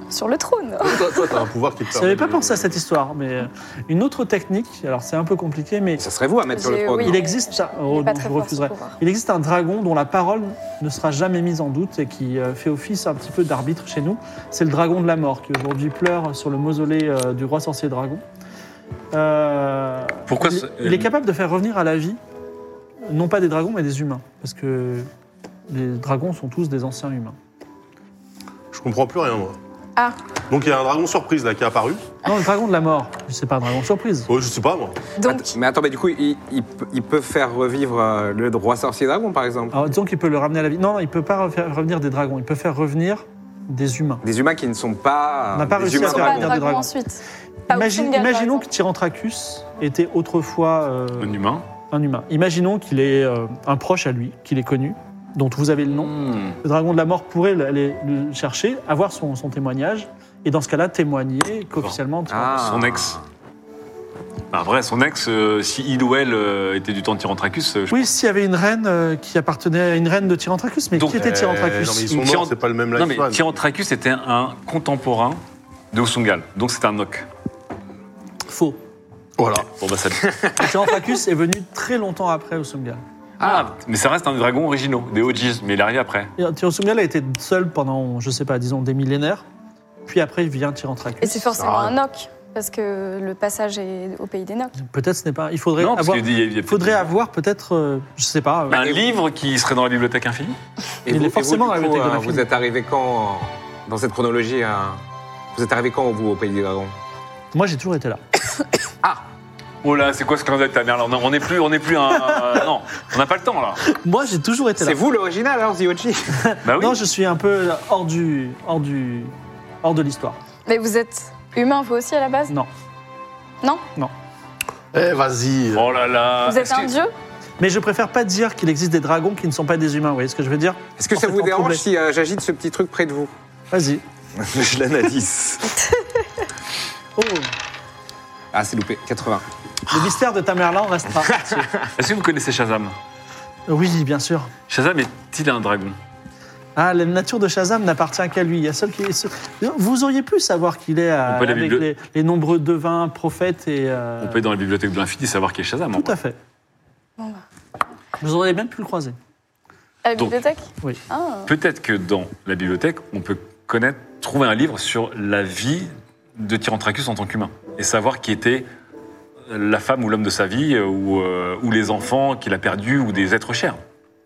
sur le trône. Toi, toi, t'as un pouvoir qui te vous n'avez permet pas de- pensé à cette histoire, mais euh, une autre technique, alors c'est un peu compliqué, mais Ça serait vous à mettre sur le J'ai- trône. oui. non il existe ça. Il Oh, est pas non, très je fort, ce refuserai. pouvoir. Il existe un dragon dont la parole ne sera jamais mise en doute et qui euh, fait office un petit peu d'arbitre chez nous. C'est le dragon de la mort qui aujourd'hui pleure sur le mausolée euh, du roi sorcier dragon. Euh, Pourquoi il, ce- il est capable de faire revenir à la vie, non pas des dragons, mais des humains. Parce que les dragons sont tous des anciens humains. Je comprends plus rien, moi. Ah. Donc, il y a un dragon surprise, là, qui est apparu. Non, le dragon de la mort, c'est pas un dragon surprise. Oh, je sais pas, moi. Donc, Att- mais attends, mais du coup, il, il peut- il peut faire revivre euh, le roi sorcier dragon, par exemple. Alors disons qu'il peut le ramener à la vie. Non, non, il peut pas faire revenir des dragons, il peut faire revenir des humains. Des humains qui ne sont pas. euh, On n'a pas des réussi à humains ils sont pas revenir des dragons. dragons dragons. ensuite. Imagine- Pas Ushingal, par imaginons exemple. que Tyrantracus était autrefois euh, Un humain un humain. Imaginons qu'il est euh, un proche à lui, qu'il est connu, dont vous avez le nom. Hmm. Le dragon de la mort pourrait aller le chercher, avoir son, son témoignage, et dans ce cas-là, témoigner qu'officiellement. Ah. Son ex. Bah, vrai, son ex, euh, si il ou elle euh, était du temps de Tyrantracus, euh, je- Oui, s'il y avait une reine euh, qui appartenait à une reine de Tyrantracus, mais Donc, qui était euh, Eh, non, mais Tyrantracus ils sont Tyran- morts, c'est pas le même Non, mais lifespan. Tyrantracus était un contemporain de Usungal, donc c'était un Noc. Faux. Voilà. Bon, bah, ça... Tyrantracus est venu très longtemps après Osumgal. ah, mais ça reste un des dragons originaux, des OGs, mais il est arrivé après. Tyrantracus euh, a été seul pendant, je sais pas, disons des millénaires, puis après vient Et Tyrantracus. c'est forcément Ah. un noc, parce que le passage est au pays des nocs. Peut-être ce n'est pas. Il faudrait non, parce avoir. qu'il y a- il y a- Il faudrait avoir peut-être, euh, je sais pas. euh, Un livre qui serait dans la bibliothèque infinie Et Il est vous, et vous, forcément du à la coup, bibliothèque de euh, la Vous Philippe. êtes arrivé quand euh, dans cette chronologie hein, Vous êtes arrivé quand vous au Pays des Dragons Moi, j'ai toujours été là. Oh là, c'est quoi ce clin d'œil de ta mère là Non, On n'est plus, on n'est plus un. euh, non, on n'a pas le temps là. Moi, j'ai toujours été là. C'est vous l'original hein, alors, Ziochi Bah oui. Non, je suis un peu hors du, hors du, hors de l'histoire. Mais vous êtes humain, vous aussi, à la base Non. Non Eh, vas-y. Oh là là. Vous êtes Est-ce que- un dieu Mais je préfère pas dire qu'il existe des dragons qui ne sont pas des humains. Vous voyez ce que je veux dire Est-ce que En ça fait, vous en dérange problème. si euh, j'agite ce petit truc près de vous Vas-y. Je l'analyse. Oh, Ah, c'est loupé, 80. le mystère de Tamerlan restera. Est-ce que vous connaissez Shazam oui, bien sûr. Shazam est-il un dragon Ah, la nature de Shazam n'appartient qu'à lui. Il y a seul qui est seul- Vous auriez pu savoir qu'il est euh, On peut aller avec bibli- les, les nombreux devins, prophètes et. euh, On peut être dans la bibliothèque de l'infini savoir qui est Shazam. en Tout vrai. à fait. Bon, bah. Vous auriez même pu le croiser. À la Donc. bibliothèque Oui. Ah. Peut-être que dans la bibliothèque, on peut connaître, trouver un livre sur la vie de Tyrantracus en tant qu'humain et savoir qui était la femme ou l'homme de sa vie euh, ou, euh, ou les enfants qu'il a perdus ou des êtres chers.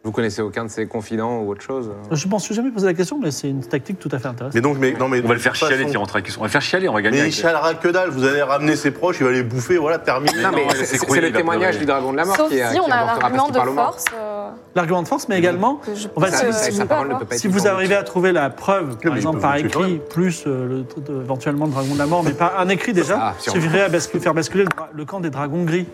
Vous connaissez aucun de ces confidents ou autre chose euh Je m'en suis jamais posé la question, mais c'est une tactique tout à fait intéressante. Mais donc, mais, non, mais On va le faire chialer, Tyrantracus. Tyrantracus. On va le faire chialer, on va gagner. Mais il avec- chialera que dalle. Vous allez ramener ses proches, il va les bouffer, voilà, terminé. Non, mais non, c'est- c'est c'est Crowley, le il va témoignage pleurer. du dragon de la mort Sauf qui, si on a un argument de mort. force euh, L'argument de force, mais également, que je On va pense essayer que je de savoir. peux Sa parole avoir. ne peut pas Si être vous vendue. arrivez à trouver la preuve, par mais ils exemple peuvent par vous tuer quand écrit, plus euh, le tr- de- éventuellement le dragon de la mort, mais pas un écrit déjà, Ah, sûrement. suffirait à bascu- faire basculer le, dra- le camp des dragons gris,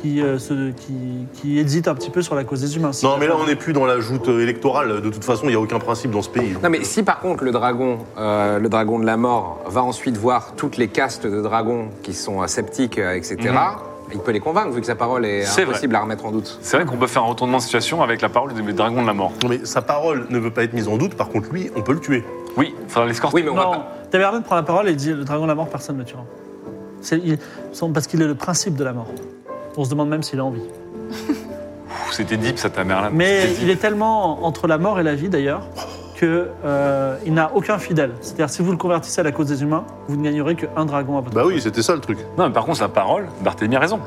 qui, euh, se- qui, qui hésite un petit peu sur la cause des humains. Si Non, mais là, on n'est plus dans la joute euh, électorale. De toute façon, il n'y a aucun principe dans ce pays. Non mais si par contre le dragon, euh, le dragon de la mort, va ensuite voir toutes les castes de dragons qui sont euh, sceptiques, euh, etc., Mhm. il peut les convaincre vu que sa parole est, C'est impossible à remettre en doute. C'est vrai qu'on peut faire un retournement de situation avec la parole des dragons de la mort. Non, mais sa parole ne veut pas être mise en doute. Par contre, lui, on peut le tuer. Oui, il faudra l'escorter. Oui mais on va Non, pas... Taverden prend la parole et dit Le dragon de la mort, personne ne le tuera. C'est- il- son- parce qu'il est le principe de la mort. On se demande même s'il a envie. Pff, C'était deep, ça, ta mère là. Mais C'était deep. il est tellement entre la mort et la vie d'ailleurs que euh, il n'a aucun fidèle. C'est-à-dire si vous le convertissez à la cause des humains, vous ne gagnerez qu'un dragon à votre. Bah oui, c'était ça le truc. Non, mais par contre, sa parole, Barthélemy a raison.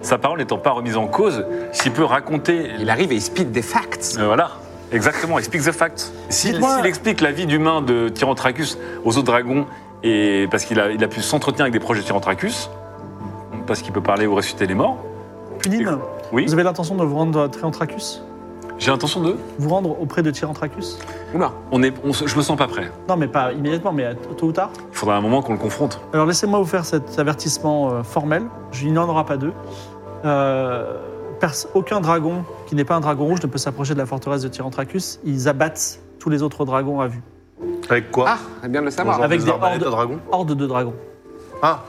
Sa parole n'étant pas remise en cause, s'il peut raconter. Il arrive et il speed des facts. Euh, voilà, exactement, explique the fact. S'il Dites-moi- s'il explique la vie d'humain de Tyrantracus aux autres dragons, et parce qu'il a, il a pu s'entretenir avec des proches de Tyrantracus, parce qu'il peut parler ou ressusciter les morts, Punine, oui, vous avez l'intention de vous rendre à Triantracus j'ai l'intention de. Vous rendre auprès de Tyrantracus Oula. On est, on se- je me sens pas prêt. Non, mais pas immédiatement, mais à- tôt ou tard. Il faudra un moment qu'on le confronte. Alors laissez-moi vous faire cet avertissement euh, formel. Je- Il n'y en aura pas deux. Euh, pers- aucun dragon qui n'est pas un dragon rouge ne peut s'approcher de la forteresse de Tyrantracus. Ils abattent tous les autres dragons à vue. Avec quoi Ah, c'est bien de le savoir. Genre Avec des arbalètes hordes. à dragon Horde de dragons. Ah,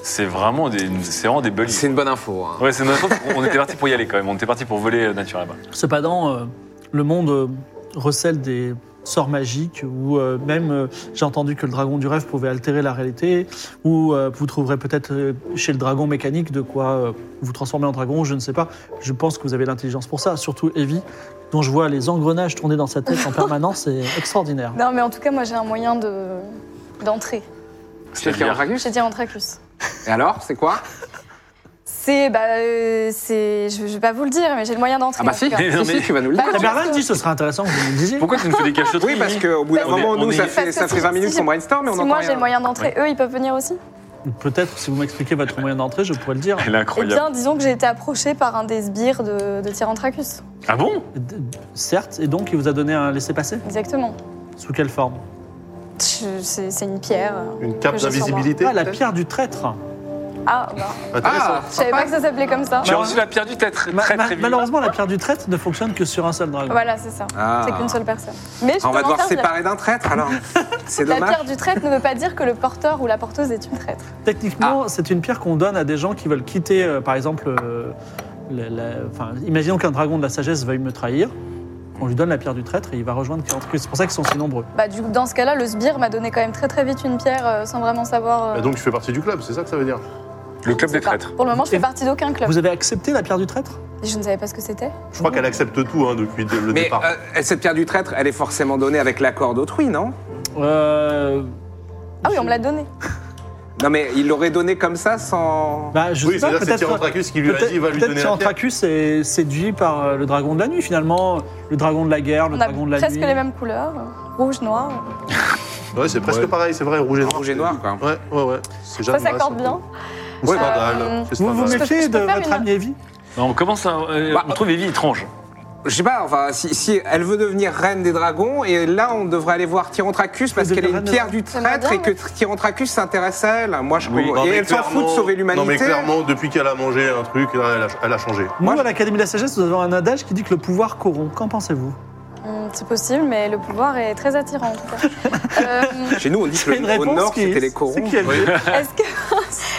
C'est vraiment des, c'est vraiment des bullies. C'est une bonne info. hein. Ouais, c'est notre faute. On était parti pour y aller quand même. On était parti pour voler euh, nature là-bas. Cependant, euh, le monde euh, recèle des sorts magiques ou euh, même euh, j'ai entendu que le dragon du rêve pouvait altérer la réalité ou euh, vous trouverez peut-être euh, chez le dragon mécanique de quoi euh, vous transformer en dragon, je ne sais pas. Je pense que vous avez l'intelligence pour ça, surtout Evie dont je vois les engrenages tourner dans sa tête en permanence, c'est extraordinaire. Non, mais en tout cas, moi, j'ai un moyen de d'entrer. C'est qui bien. en Dragus J'ai dit Antracus. Et alors, c'est quoi C'est, bah, euh, c'est, je, je vais pas vous le dire, mais j'ai le moyen d'entrer. Ah bah en si, tout cas. Mais non, si, mais- si, tu vas nous le Bah, dire. je Tamerlan pense dit que- ce serait intéressant que vous me le disiez. Pourquoi tu nous fais des cachots Oui, parce qu'au bout d'un Parce moment, que- nous, ça Parce fait, que ça fait si- 20 minutes si- qu'on brainstorm et on Si n'entend moi j'ai rien. le moyen d'entrer, eux ils peuvent venir aussi. Peut-être si vous m'expliquez votre moyen d'entrée, je pourrais le dire. Elle est Eh incroyable. bien, disons que j'ai été approchée par un des sbires de, de Tyrantracus. Ah bon D- Certes, et donc il vous a donné un laissez-passer Exactement. Sous quelle forme Je- C'est c'est une pierre. une cape Que j'ai sur moi. d'invisibilité Ah, la peut-être pierre du traître. Ah, bah, Intéressant. je savais pas que ça s'appelait comme ça. J'ai reçu la pierre du tête Ma- très ma- très vite. malheureusement, la pierre du traître ne fonctionne que sur un seul dragon. Voilà, c'est ça. Ah. C'est qu'une seule personne. Mais je Ah, on peux va m'en devoir se servir. séparer d'un traître alors. C'est La dommage. pierre du traître ne veut pas dire que le porteur ou la porteuse est une traître. Techniquement, Ah. c'est une pierre qu'on donne à des gens qui veulent quitter, euh, par exemple, euh, la- la- enfin, imaginons qu'un dragon de la sagesse veuille me trahir. On lui donne la pierre du traître et il va rejoindre Kyranthrus. C'est pour ça qu'ils sont si nombreux. Bah, du coup, dans ce cas-là, le sbire m'a donné quand même très très vite une pierre euh, sans vraiment Ah. savoir. euh, Bah donc tu fais partie du club, c'est ça que ça veut dire Le je club sais des pas. traîtres. Pour le moment, je fais Et- partie d'aucun club. Vous avez accepté la pierre du traître Je ne savais pas ce que c'était. Je Mmh. crois qu'elle accepte tout hein, depuis de- le Mais départ. euh, cette pierre du traître, elle est forcément donnée avec l'accord d'autrui, non euh, Ah oui, on me l'a donné. Non, mais il l'aurait donnée comme ça sans. bah, Je oui, sais pas, c'est-à-dire que c'est peut-être. Tyrantracus qui lui a peut-être- dit va lui peut-être donner la pierre. Tyrantracus est séduit par euh, le dragon de la nuit, finalement. Le dragon de la guerre, le On a dragon de la presque nuit. les mêmes couleurs euh, rouge, noir. Ouais, c'est presque Ouais. pareil, c'est vrai, rouge et noir. Rouge et noir, quoi. Ouais, ouais, ouais. C'est Ça Jeanne Masse, s'accorde un peu. bien. Ou Ouais. Stendhal, Euh, bah, c'est Vous vous Stendhal. Je peux- je méfiez peux de faire votre une- ami Evie Non, on commence à. euh, Bah, on trouve Evie étrange. Je sais pas, enfin, si, si elle veut devenir reine des dragons, et là, on devrait aller voir Tyrantracus parce qu'elle est une Reine des pierre du J'aimerais traître et bien, que Tyrantracus s'intéresse à elle. Moi, je Oui. comprends- Non, Et mais elle s'en fout de clairement- sauver l'humanité. Non, mais clairement, depuis qu'elle a mangé un truc, elle a, elle a changé. Nous, Moi, je- à l'Académie de la Sagesse, nous avons un adage qui dit que le pouvoir corrompt. Qu'en pensez-vous Hum, C'est possible, mais le pouvoir est très attirant en tout cas. Euh, Chez nous, on dit que le, au nord, qui est- c'était les c'est corons. qui a le- Est-ce que,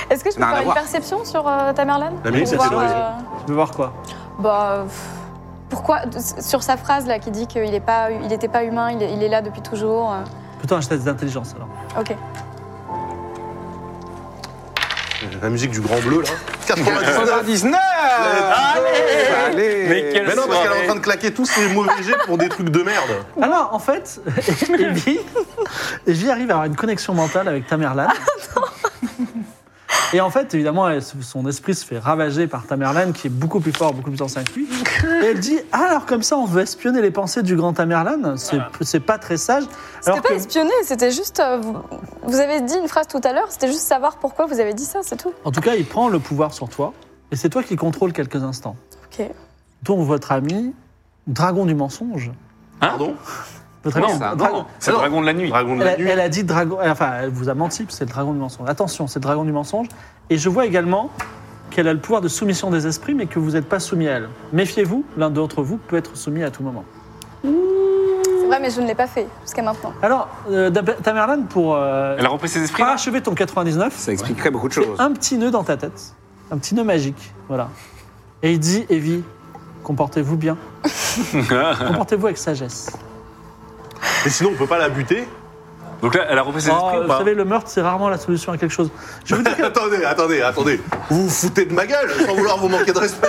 est-ce que je peux Rien à faire une voir. perception sur euh, Tamerlan La minute, Pour c'est voir, euh, sur les- Tu veux voir quoi Bah, euh, pff, pourquoi sur sa phrase là qui dit qu'il est pas, il n'était pas humain, il est, il est là depuis toujours. euh, Plutôt un test d'intelligence alors. Ok. La musique du grand bleu, là. 99 99 Ah, Allez Mais quel- Mais non, parce qu'elle est en Soirée. train de claquer tous ces mauvais jets pour des trucs de merde. Alors en fait, Evie, Evie arrive à avoir une connexion mentale avec Tamerlan. Et en fait, évidemment, elle- son esprit se fait ravager par Tamerlan, qui est beaucoup plus fort, beaucoup plus ancien que lui. Et elle dit Ah, Alors, comme ça, on veut espionner les pensées du grand Tamerlan C'est c'est pas très sage. C'était Alors pas que, espionner, c'était juste. euh, vous, vous avez dit une phrase tout à l'heure, c'était juste savoir pourquoi vous avez dit ça, c'est tout. en tout cas, il prend le pouvoir sur toi, et c'est toi qui contrôle quelques instants. Ok. Dont votre ami, dragon du mensonge. Pardon Votre Non, ami, ça, dragon- non. C'est le Alors, dragon de la nuit. Dragon de Elle la a, nuit. elle a dit dragon. euh, Enfin, elle vous a menti, c'est le dragon du mensonge. Attention, c'est le dragon du mensonge. Et je vois également qu'elle a le pouvoir de soumission des esprits, mais que vous n'êtes pas soumis à elle. Méfiez-vous, l'un d'entre vous peut être soumis à tout moment. C'est vrai, mais je ne l'ai pas fait jusqu'à maintenant. Alors, euh, Dab- Tamerlan, pour euh, Elle a repris ses esprits. là parachever ton 99, Ça expliquerait beaucoup de fait choses. un petit nœud dans ta tête, un petit nœud magique, voilà. Et il dit, Evie, comportez-vous bien, comportez-vous avec sagesse. Mais sinon, on peut pas la buter. Donc là, elle a repris ses Oh, esprits ou vous pas savez, le meurtre, c'est rarement la solution à quelque chose. Je vous dis que attendez, attendez, attendez. Vous vous foutez de ma gueule sans vouloir vous manquer de respect.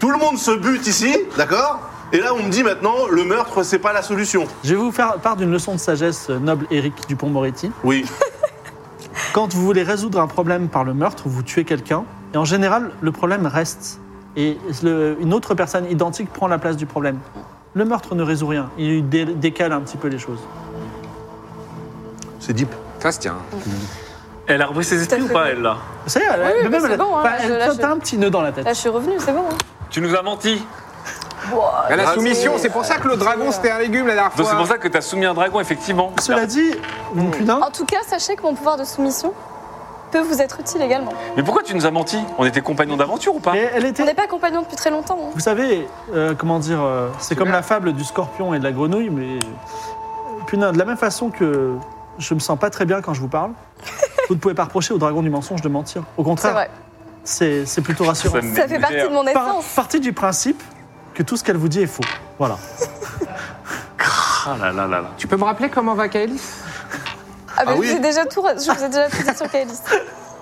Tout le monde se bute ici, d'accord Et là, on me dit maintenant, le meurtre, c'est pas la solution. je vais vous faire part d'une leçon de sagesse euh, noble Éric Dupont-Moretti. Oui. Quand vous voulez résoudre un problème par le meurtre, vous tuez quelqu'un, et en général, le problème reste. Et le- une autre personne identique prend la place du problème. Le meurtre ne résout rien, il dé- décale un petit peu les choses. C'est deep. Ça se tient. Elle a repris ses esprits Tout à ou fait. pas, elle là Ça y est, elle- Oui, mais mais même c'est elle- bon, hein, enfin, je elle- lâche- T'as un petit nœud dans la Là, tête. je suis revenue, c'est bon. hein. Tu nous as menti. Mais la Ah, soumission, c'est- c'est pour ça que le dragon, c'était un légume la dernière Donc c'est pour fois. ça que t'as soumis un dragon, effectivement. Cela dit, mon punain, En tout cas, sachez que mon pouvoir de soumission peut vous être utile également. Mais pourquoi tu nous as menti On était compagnons d'aventure ou pas mais elle On était. n'est pas compagnons depuis très longtemps. hein. Vous savez, euh, comment dire, euh, c'est comme bien. la fable du scorpion et de la grenouille, mais. Punain, de la même façon que je me sens pas très bien quand je vous parle, vous ne pouvez pas reprocher au dragon du mensonge de mentir. Au C'est contraire, vrai. c'est c'est plutôt rassurant. me Ça fait dégoûtait. partie de mon Par- essence. partie du principe que tout ce qu'elle vous dit est faux. Voilà. Ah là là là là. Tu peux me rappeler comment va Kaelis Ah, bah, Ah oui. je vous ai déjà tout, ra- je vous ai déjà tout dit sur Kaelis.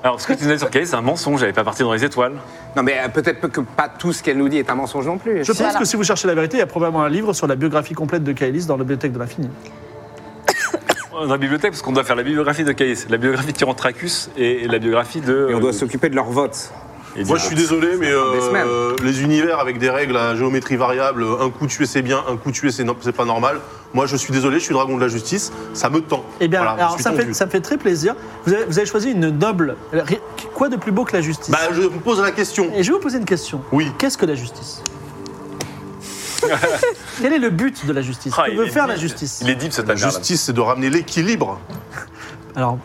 Alors, ce que tu nous as dit sur Calais, c'est un mensonge. Elle n'est pas partie dans les étoiles. Non, mais euh, peut-être que pas tout ce qu'elle nous dit est un mensonge non plus. Je pense Voilà. que si vous cherchez la vérité, il y a probablement un livre sur la biographie complète de Kaelis dans la bibliothèque de l'infini. Dans la bibliothèque, parce qu'on doit faire la biographie de Calais, la biographie de Tyrantracus et la biographie de. euh, Et on doit s'occuper de leur vote. Et Moi, je suis désolé, mais prend des semaines. euh, les univers avec des règles à géométrie variable, un coup tué c'est bien, un coup tué c'est no- c'est pas normal. Moi, je suis désolé, je suis dragon de la justice, ça me tend. Eh bien, Voilà, je alors suis ça me, fait, tendu. ça me fait très plaisir. Vous avez, vous avez choisi une noble. Ri- Quoi de plus beau que la justice Bah, je vous pose la question. Et je vais vous poser une question. Oui. Qu'est-ce que la justice Quel est le but de la justice Ah, Que il veut est faire la deep. justice Il est deep cette La année. justice, c'est de ramener l'équilibre. Alors,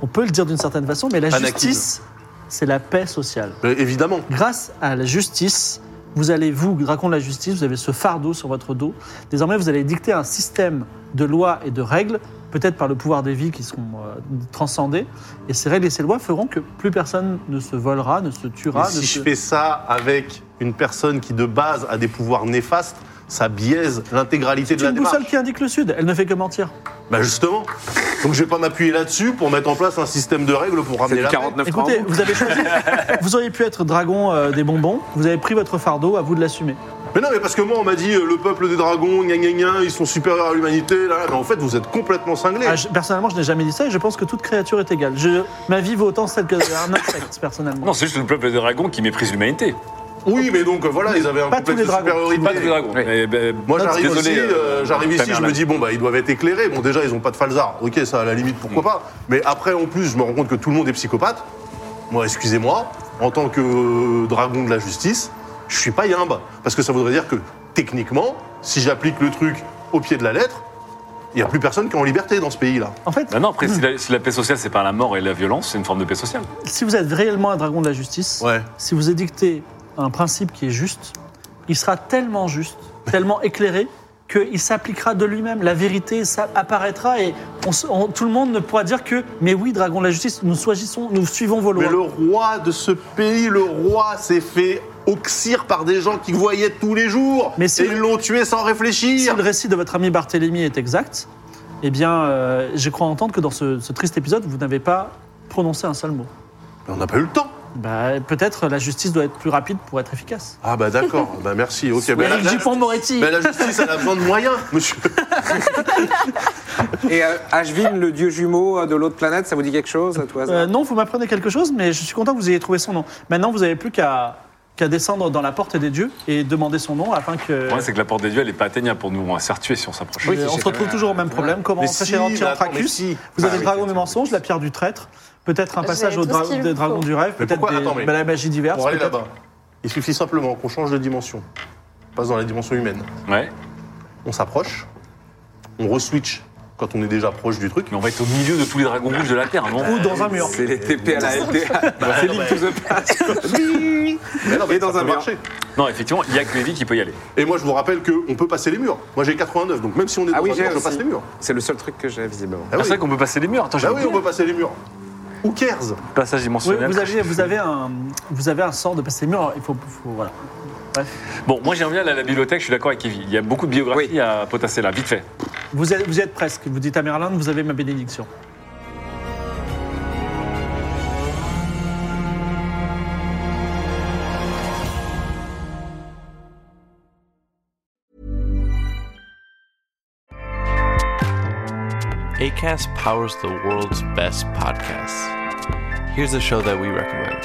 on peut le dire d'une certaine façon, mais la Anakin. justice c'est la paix sociale. Mais euh, évidemment. Grâce à la justice, vous allez, vous, raconte la justice, vous avez ce fardeau sur votre dos. Désormais, vous allez dicter un système de lois et de règles, peut-être par le pouvoir des vies qui seront euh, transcendées. Et ces règles et ces lois feront que plus personne ne se volera, ne se tuera. Mais ne si se- je fais ça avec une personne qui de base a des pouvoirs néfastes, ça biaise l'intégralité de C'est la une boussole démarche. qui indique le sud, elle ne fait que mentir. Bah justement. Donc je vais pas m'appuyer là-dessus pour mettre en place un système de règles pour C'est ramener du la paix. 49 francs. Écoutez, vous avez choisi, vous auriez pu être dragon euh, des bonbons, vous avez pris votre fardeau, à vous de l'assumer. Mais non, mais parce que moi on m'a dit euh, le peuple des dragons, gna gna gna, ils sont supérieurs à l'humanité. Là, là. mais en fait vous êtes complètement cinglés. Ah, je- personnellement, je n'ai jamais dit ça et je pense que toute créature est égale. Je, ma vie vaut autant celle qu'un insecte, personnellement. Non, c'est juste le peuple des dragons qui méprise l'humanité. Oui, mais donc euh, voilà, ils avaient un Pas tous complexe les de dragons. supériorité. Pas tous les dragons. Oui. Mais, ben, Moi j'arrive désolé, ici, euh, euh, j'arrive ta ici, mère je l'a- me dis bon bah ils doivent être éclairés. Bon déjà ils ont pas de falzar. Ok ça à la limite Mm. pourquoi pas. Mais après en plus je me rends compte que tout le monde est psychopathe. Moi excusez-moi, en tant que euh, dragon de la justice, je suis pas yimbe parce que ça voudrait dire que techniquement si j'applique le truc au pied de la lettre, il y a plus personne qui est en liberté dans ce pays là. En fait, Bah non, après, si la, si la paix sociale, c'est pas la mort et la violence, c'est une forme de paix sociale. si vous êtes réellement un dragon de la justice, Ouais. si vous édictez un principe qui est juste, il sera tellement juste, tellement éclairé, qu'il s'appliquera de lui-même. La vérité ça apparaîtra et on se- on- tout le monde ne pourra dire que, mais oui, dragon de la justice, nous, choisissons, nous suivons vos lois. Mais le roi de ce pays, le roi s'est fait oxyre par des gens qui voyaient tous les jours Mais si et le- ils l'ont tué sans Si réfléchir. le récit de votre ami Barthélemy est exact, eh bien, euh, je crois entendre que dans ce, ce triste épisode, vous n'avez pas prononcé un seul mot. Mais on n'a pas eu le temps. Bah, peut-être la justice doit être plus rapide pour être efficace. Ah bah d'accord, bah merci. Ok, bah, Éric la- la- Dupond-Moretti. Mais la justice, elle a besoin de moyens, monsieur. Et euh, Ashvin, le dieu jumeau euh, de l'autre planète, ça vous dit quelque chose à tout hasard Euh, non, vous m'apprenez quelque chose, mais je suis content que vous ayez trouvé son nom. Maintenant, vous n'avez plus qu'à qu'à descendre dans la porte des dieux et demander son nom afin que. Le problème, c'est que la porte des duels n'est pas atteignable pour nous. On va se faire tuer si on s'approche. Euh, Oui, on c'est se retrouve ça. toujours au même problème. Comment Mais on fait si, chez mais attends, mais l'anti-antracus si. Ah Vous Bah oui, avez le dragon du c'est- mensonge, la pierre du traître, peut-être un J'ai passage au tout dra- ce qu'il des me dragons faut. du rêve, Mais peut-être pourquoi des- Attends, mais- bah, la magie diverse. Pour aller peut-être- là-bas, il suffit simplement qu'on change de dimension. On passe dans la dimension humaine. Ouais. On s'approche, on re-switch quand on est déjà proche du truc. Mais on va être au milieu de tous les dragons rouges de la Terre, non Ou dans un mur. C'est les TP à la LTA. Bah, C'est Link to the Past. Mais non, mais Et dans ça un peut mur. marcher. Non, effectivement, il y a que Lévi qui peut y aller. Ah, Et moi, je vous rappelle qu'on peut passer les murs. Moi, j'ai 89, donc même si on est dans Ah oui, un j'ai mur, je aussi. passe les murs. C'est le seul truc que j'ai, visiblement. Ah Ah, oui. c'est vrai qu'on peut passer les murs. Attends, j'ai Bah oui, on oublié. peut passer les murs. Who cares Passage Oui, dimensionnel. vous avez, vous avez un, euh, vous avez un sort de passer les murs. Il faut, faut- voilà. Bon, moi, j'aime bien la, la bibliothèque, je suis d'accord avec Evie. Il y a beaucoup de biographies Oui. à potasser là, vite fait. Vous êtes, vous y êtes presque. Vous dites à Merlin, vous avez ma bénédiction. ACAST powers the world's best podcasts. Here's a show that we recommend.